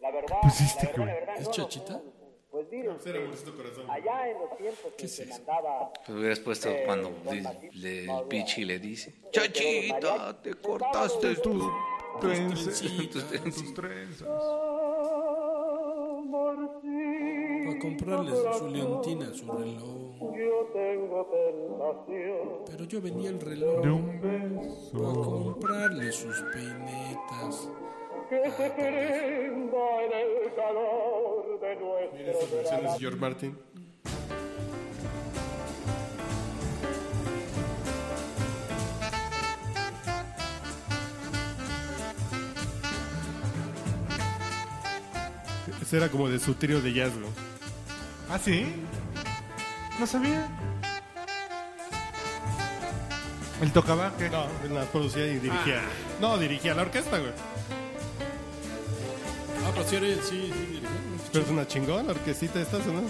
La verdad,
Pusiste,
la
güey.
verdad, la verdad,
Pues ¿Es
no,
chachita?
Pues mire usted, allá en los tiempos en que se
eso?
mandaba...
Pues hubieras puesto cuando di- le- el pichi le dice: Chachita, te cortaste tú.
trenzas,
trencitas.
tus trenzas.
Para comprarles su leontina, su reloj. Pero yo vendía el reloj.
De un
Para
beso.
comprarle sus peinetas.
Mira esta versión de George Martin. Ese era como de su trío de jazz, ¿no?
¿Ah, sí? No sabía. ¿El tocaba qué?
No, él la producía y dirigía. No, dirigía la orquesta, güey.
Ah, pero sí, era- sí, sí, dirigía.
Pero es una chingona la orquestita esta, ¿no?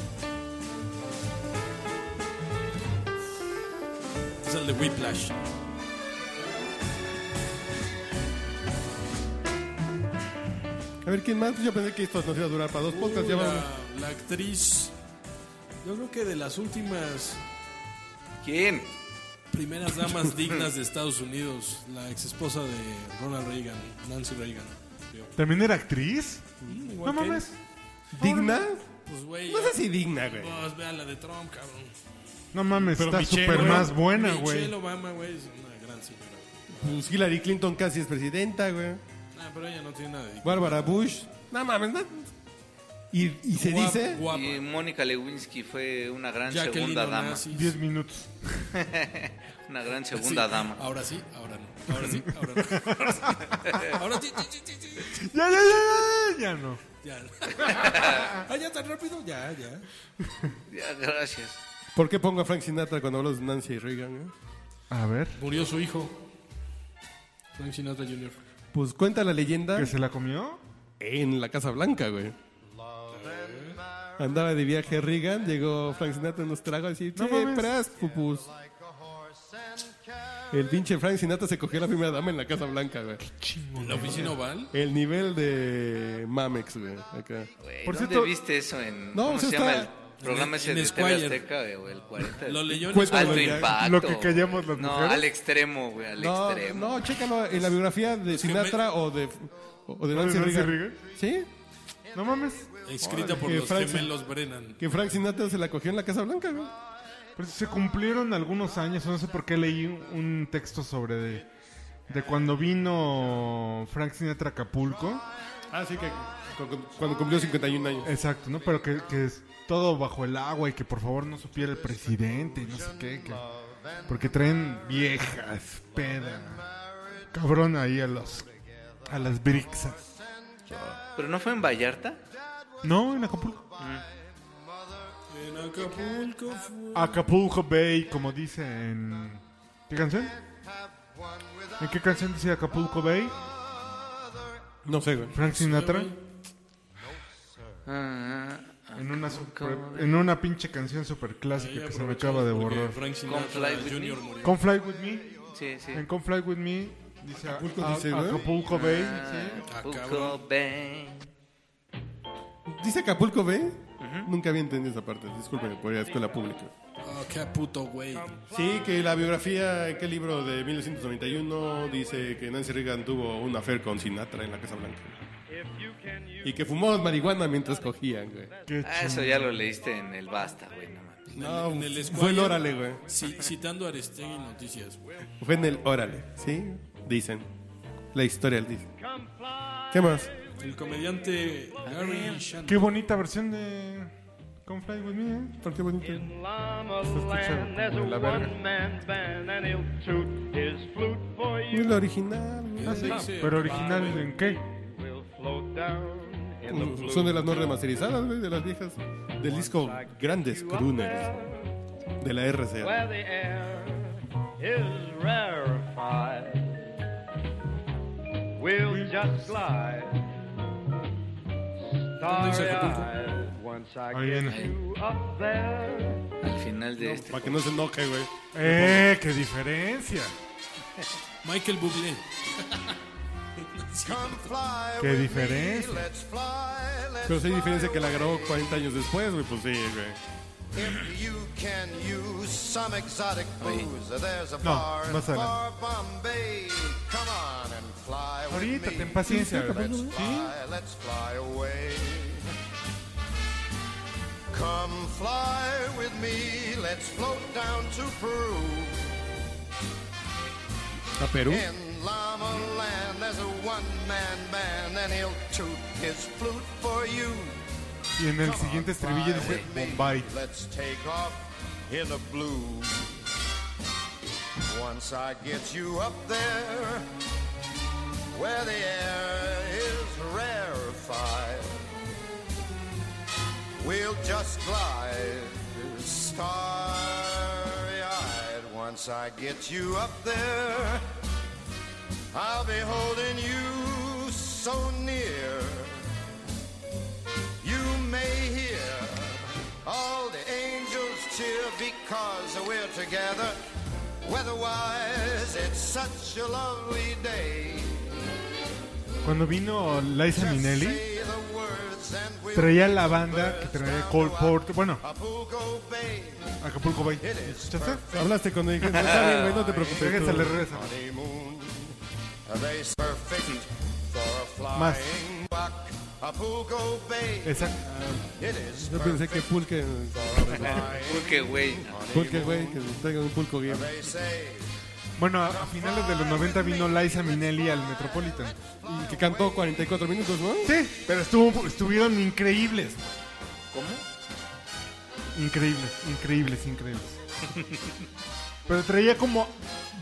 Es el de Whiplash.
A ver, ¿quién más? Yo pensé que esto nos iba a durar para dos podcasts. Ya vamos.
La, la actriz, yo creo que de las últimas
¿Quién?
primeras damas dignas de Estados Unidos, la ex esposa de Ronald Reagan, Nancy Reagan. Yo.
¿También era actriz?
Mm,
No
Igual que-
mames.
¿Digna?
Pues güey.
No sé si digna, güey.
Pues vea la de Trump, cabrón.
No mames,
Pero
está
Michelle,
súper
güey.
más buena,
Michelle
güey.
Obama, güey, es una gran señora. güey.
Pues Hillary Clinton casi es presidenta, güey.
Ah, pero ella no tiene nada de...
Bárbara Bush. No mames, ¿no? Y, y se
Guap-
dice.
Guapa.
Y Mónica Lewinsky fue una gran
Jacqueline
segunda dama.
Onassis.
Diez minutos.
Una gran segunda
Sí, Ah.
dama.
Ahora sí, ahora no. Ahora sí, ahora no. Ahora sí, sí, sí, sí, sí.
Ya, ya, ya, ya, ya no.
Ya. Ah, ya tan rápido. Ya, ya.
Ya, gracias.
¿Por qué pongo a Frank Sinatra cuando hablo de Nancy Reagan? eh? güey?
A ver,
Murió su hijo. Frank Sinatra Jr.
Pues cuenta la leyenda
¿que se la comió?
en la Casa Blanca, güey. Andaba de viaje Reagan, llegó Frank Sinatra en los tragos y
No
decía,
mames.
pras, pupus". El pinche Frank Sinatra se cogió a la primera dama en la Casa Blanca, güey.
¿En la oficina oval?
El nivel de Mamex, güey. Acá.
Güey,
Por
¿Dónde
cierto-
viste eso? En,
No,
¿Cómo
eso
se llama
está-
el programa ese
en
de TV
Esquire.
Azteca, güey? o El 40.
Lo leyó en
Cuéntalo,
Alto
güey.
impacto.
Lo que callamos las
güey. No,
mujeres.
al extremo, güey, al
No,
extremo.
no, chécalo en la biografía de Sinatra o de, o de Nancy
Nancy
Reagan.
Reagan?
¿Sí?
No mames.
Escrita por
que
los
Frank-
gemelos Brennan.
Que Frank Sinatra se la cogió en la Casa Blanca, güey.
Pero se cumplieron algunos años, no sé por qué leí un- un texto sobre de, de cuando vino Frank Sinatra a Acapulco.
Ah, sí, que cu- cu- cuando cumplió 51 años.
Exacto, ¿no? Pero que, que es todo bajo el agua y que por favor no supiera el presidente y no sé qué. que- porque traen viejas, peda, cabrón ahí a los a las brixas.
¿Pero no fue en Vallarta?
No, en Acapulco.
En Acapulco fue-
Acapulco Bay, como dice en... ¿Qué canción? ¿En qué canción dice Acapulco Bay?
No sé, güey.
Frank Sinatra.
Ah, ah,
En una, super- en una pinche canción super clásica
Ahí
que se me acaba de
porque
borrar.
Frank
Con
Sinatra
Fly With
Jr.
Me.
murió.
Con Fly With Me.
sí, sí.
Ah,
En Con Fly With Me dice a- a- Acapulco,
Acapulco dice, güey.
Bay.
Ah, Acapulco
cabrón.
Bay.
Dice Acapulco B. Nunca había entendido esa parte. Disculpen, por ir a la escuela pública.
Ah, qué puto güey.
Sí, que la biografía, ¿en qué libro de 1991 dice que Nancy Reagan tuvo una affair con Sinatra en la Casa Blanca? Y que fumó marihuana mientras cogían, güey.
sí. Qué
Ah, eso ya lo leíste en el Basta, güey, no mames.
No,
en el
fue el
Esquire.
Órale, güey.
Sí, citando a Aristegui Noticias, güey.
Fue en el Órale, ¿sí? Dicen. La historia dice. ¿Qué más?
El comediante Gary Shandon.
Qué bonita versión de Come Fly With Me, ¿eh?
¿Por qué bonito?
Llama
escucha
Land, there's
como
a
la verga.
one-man band, and he'll toot his flute for
Es
you.
la original. güey.
Ah, sí.
Dice-
Pero original en qué?
We'll float down in the blue.
Son de las no remasterizadas, güey, de las viejas. Del disco Grandes Crooners. De la RCA.
Where the air is rarefied. We'll just glide. Starry-eyed. Once I
Ahí
get
viene.
you up there.
Al final de este.
Para que no se enoje, güey.
¡Eh, qué diferencia!
Michael Bublé.
¡Qué diferencia!
Pero sí hay diferencia que la grabó 40 años después, güey. Pues sí, güey.
If you can use some exotic booze, there's a
No,
bar in
más adelante.
far Bombay. Come on and fly with
Ahorita,
me.
ten paciencia. güey.
Let's fly, let's fly away. Come fly with me, let's float down to Peru.
¿A Perú?
In Llama Land, there's a one-man band, and he'll toot his flute for you.
Y en el
Come
siguiente
on, fly
estribillo dice
with me,
Bombay.
Let's take off in the blue. Once I get you up there, where the air is rarefied, we'll just glide starry-eyed. Once I get you up there, I'll be holding you so near. You may hear all the angels cheer because we're together. Weatherwise, it's such a lovely day.
Cuando vino Liza
Just
Minnelli,
say the words and we'll
traía
take
la
the
banda que
birds
traía
down
Cole
to
Porter. Bueno,
Acapulco Bay.
Acapulco Bay.
It is
¿Escuchaste?
Hablaste con él. No, está bien, güey, no te preocupes.
Regrésale, regrésale.
honeymoon. They perfect for a
Más.
flying buck. Acapulco Bay.
Exacto.
It is
Yo pensé que pulque.
perfect for a flying
Porque, güey,
Pulque, güey, que traiga un pulco bien.
they say.
Bueno, a a finales de los 90 vino Liza Minnelli al Metropolitan.
Y que cantó 44 minutos, ¿no?
Sí, pero estuvo, estuvieron increíbles.
¿cómo?
Increíbles, increíbles, increíbles. Pero traía como,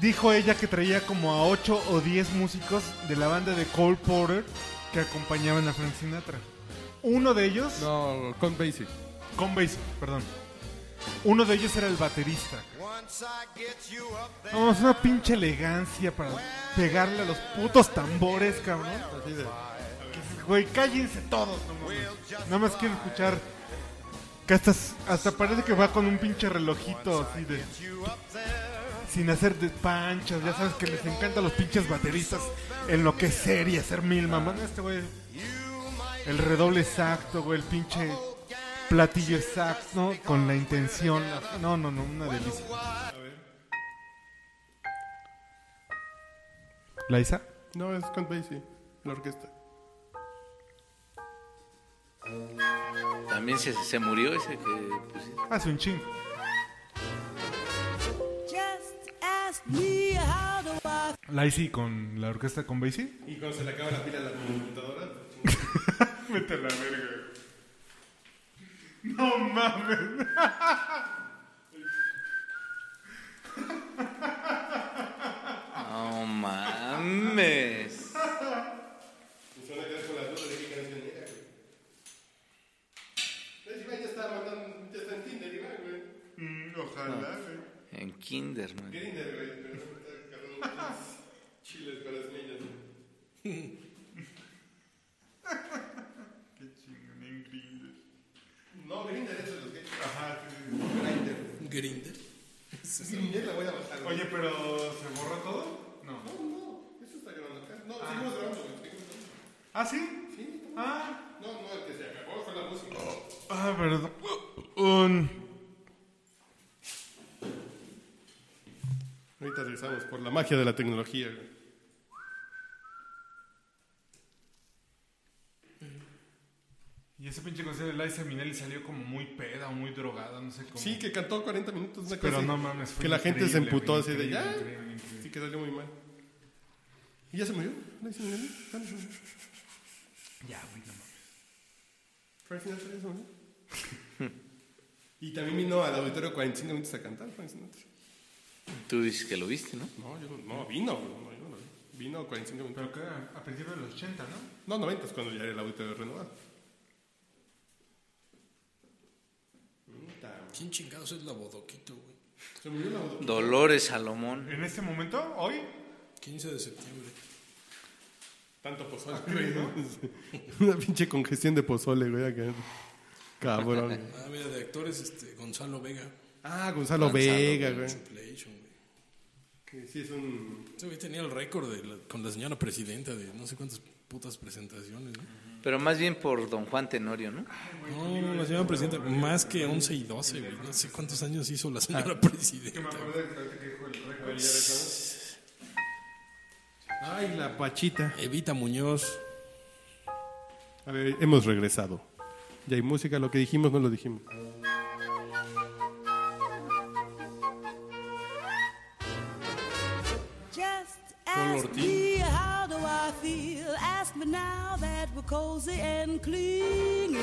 dijo ella que traía como a 8 o 10 músicos de la banda de Cole Porter que acompañaban a Frank Sinatra. Uno de ellos,
No, con Basie.
con bass, perdón. Uno de ellos era el baterista.
Once I get you up there,
Vamos, una pinche elegancia para pegarle a los putos tambores, cabrón. Así de, que dices, güey, cállense todos, no mames. Nada más quiero escuchar que hasta, hasta parece que va con un pinche relojito así de...
you up there.
sin hacer de panchas, ya sabes que les encanta a los pinches bateristas enloquecer y hacer mil mamás. No, Este güey, el redoble exacto, güey, el pinche platillo exacto, ¿no? con la intención. la- No, no, no, una delicia. ¿La Isa?
No, es con Basie, la orquesta.
También se, se murió ese que pusiste.
Hace un chingo.
Just ask me how do I
La Isi con la orquesta con Basie.
Y cuando se le acaba la pila a la computadora.
Vete a la verga. No mames.
No mames.
pues
Ojalá,
En Kinder, man.
Grinder.
Oye, pero ¿se borró todo? No. No, no. Eso está grabando acá. No, seguimos grabando. ¿Ah, sí? Sí. Ah. No, no, el que se acabó fue la música. Ah, perdón.
Ahorita regresamos por la magia de la tecnología.
Y ese pinche concierto de Liza Minnelli salió como muy peda o muy drogada, no sé cómo.
Sí, que cantó 40 minutos, una
pero
cosa
no
así,
mames. fue
Que la gente se
increíble,
emputó
güey,
así de
increíble,
ya.
increíble, increíble.
Sí, que salió muy mal. ¿Y ya se murió? ¿No se murió? ¿No se murió?
Ya, güey, no mames.
Frank Sinatra ya se murió. Y también vino al auditorio 45 minutos a cantar Frank Sinatra.
Tú dices que lo viste, ¿no?
No, yo no, no, vino, güey, no, yo no lo vi. Vino 45 minutos.
Pero que era Ah. a principios de los 80, ¿no?
No, 90 es cuando ya era el auditorio renovado.
¿Quién chingados es la bodoquito, güey?
Se murió el auditorio.
Dolores Salomón.
En este momento, hoy,
15 de septiembre.
Tanto pozole, güey, ¿no? Ah, Una pinche congestión de pozole, güey, acá. Cabrón. güey.
Ah, mira, de actores, este, Gonzalo Vega.
Ah, Gonzalo Vega, güey.
Triple H, güey.
Sí, sí, es un...
Ese güey tenía el récord de la- con la señora presidenta de no sé cuántas putas presentaciones. ¿no?
Pero más bien por don Juan Tenorio, ¿no?
No, no, la señora presidenta, más que 11 y 12, güey. No sé cuántos años hizo la señora presidenta.
Ay, la pachita.
Evita Muñoz.
A ver, hemos regresado. Ya hay música, lo que dijimos no lo dijimos.
Just ask me how do I feel. Ask me now that we're cozy and clinging.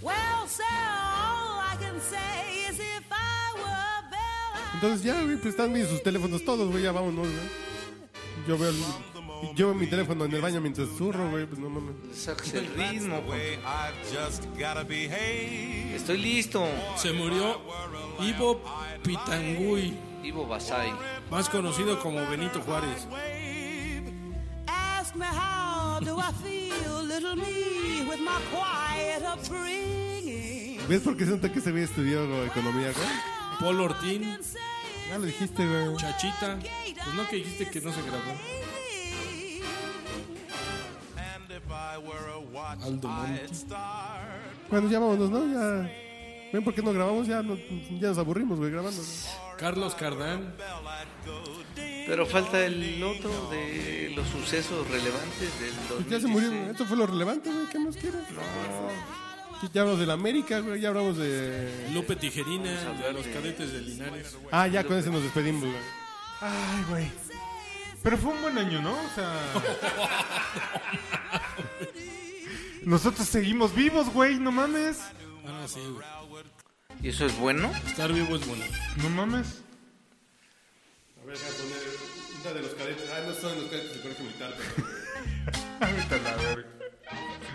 Well, sir, all I can say is if I were Bella.
Entonces ya, güey, pues están bien sus teléfonos todos, güey, ya vámonos, güey. Yo veo, el- yo veo mi teléfono en el baño mientras zurro, güey, pues no mames.
Sacas el ritmo.
way I've just gotta behave.
Estoy listo.
Se murió Ivo Pitangui,
Ivo Basay.
más conocido como Benito Juárez.
Ask me how do I feel, little me, with my quiet upbringing.
¿Ves por qué se nota que ese güey estudió güey, economía, güey?
Paul Ortín,
Say
Ya lo dijiste, güey.
Chachita. Pues no que dijiste que no se grabó.
And if I were a watch,
Aldo Monti.
I'd start
Bueno, ya vámonos, ¿no? Ya... ¿Ven por qué no grabamos? Ya, no- ya nos aburrimos, güey, grabando. güey.
Carlos Cardán,
bell, I'd go ding.
Pero falta el otro de los sucesos relevantes del 2016.
Pues ya se murió, güey. Esto fue lo relevante, güey. ¿Qué más quieres? Sí, Ya hablamos de la América, güey. Ya hablamos de...
Lupe Tijerina, de los cadetes de Linares.
Ah, ya con ese nos despedimos, güey.
Ay, güey. Pero fue un buen año, ¿no? O sea. Nosotros seguimos vivos, güey, no mames.
Ah, no, sí, güey.
¿Y eso es bueno?
Estar vivo es bueno.
No mames.
A ver, déjame poner una de los cadetes. Ah, no son los cadetes del colegio militar, pero...
Ahorita la verga.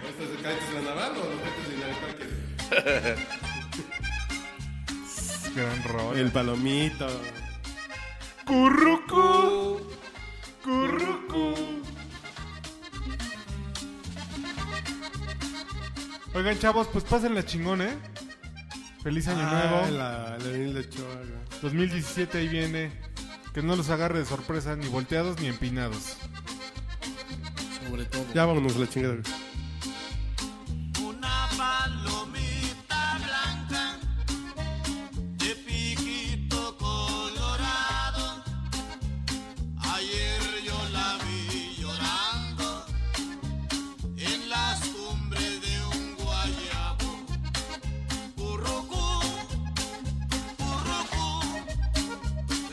¿Estos son cadetes de la naval o los cadetes de la parque?
Gran rol.
El palomito.
Currucu. Currucu. Oigan, chavos, pues pásenla chingón, ¿eh? Feliz año
Ah,
nuevo.
la, la Avenida Ochoa, güey.
2017 ahí viene. Que no los agarre de sorpresa, ni volteados ni empinados.
Sobre todo.
Ya vámonos a la chingada, güey.
Una palomita blanca de piquito colorado. Ayer yo la vi llorando en las cumbres de un guayabo. Currucú, currucú,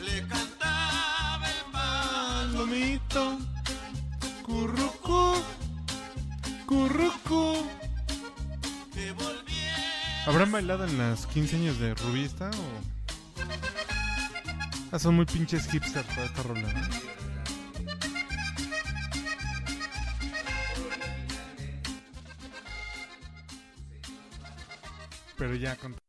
le cantaba el palomito. Currucú, currucú. Que volviera
¿Habrán bailado en las 15 años de Rubista o.? Ah, son muy pinches hipsters para esta rola. ¿no? Pero ya con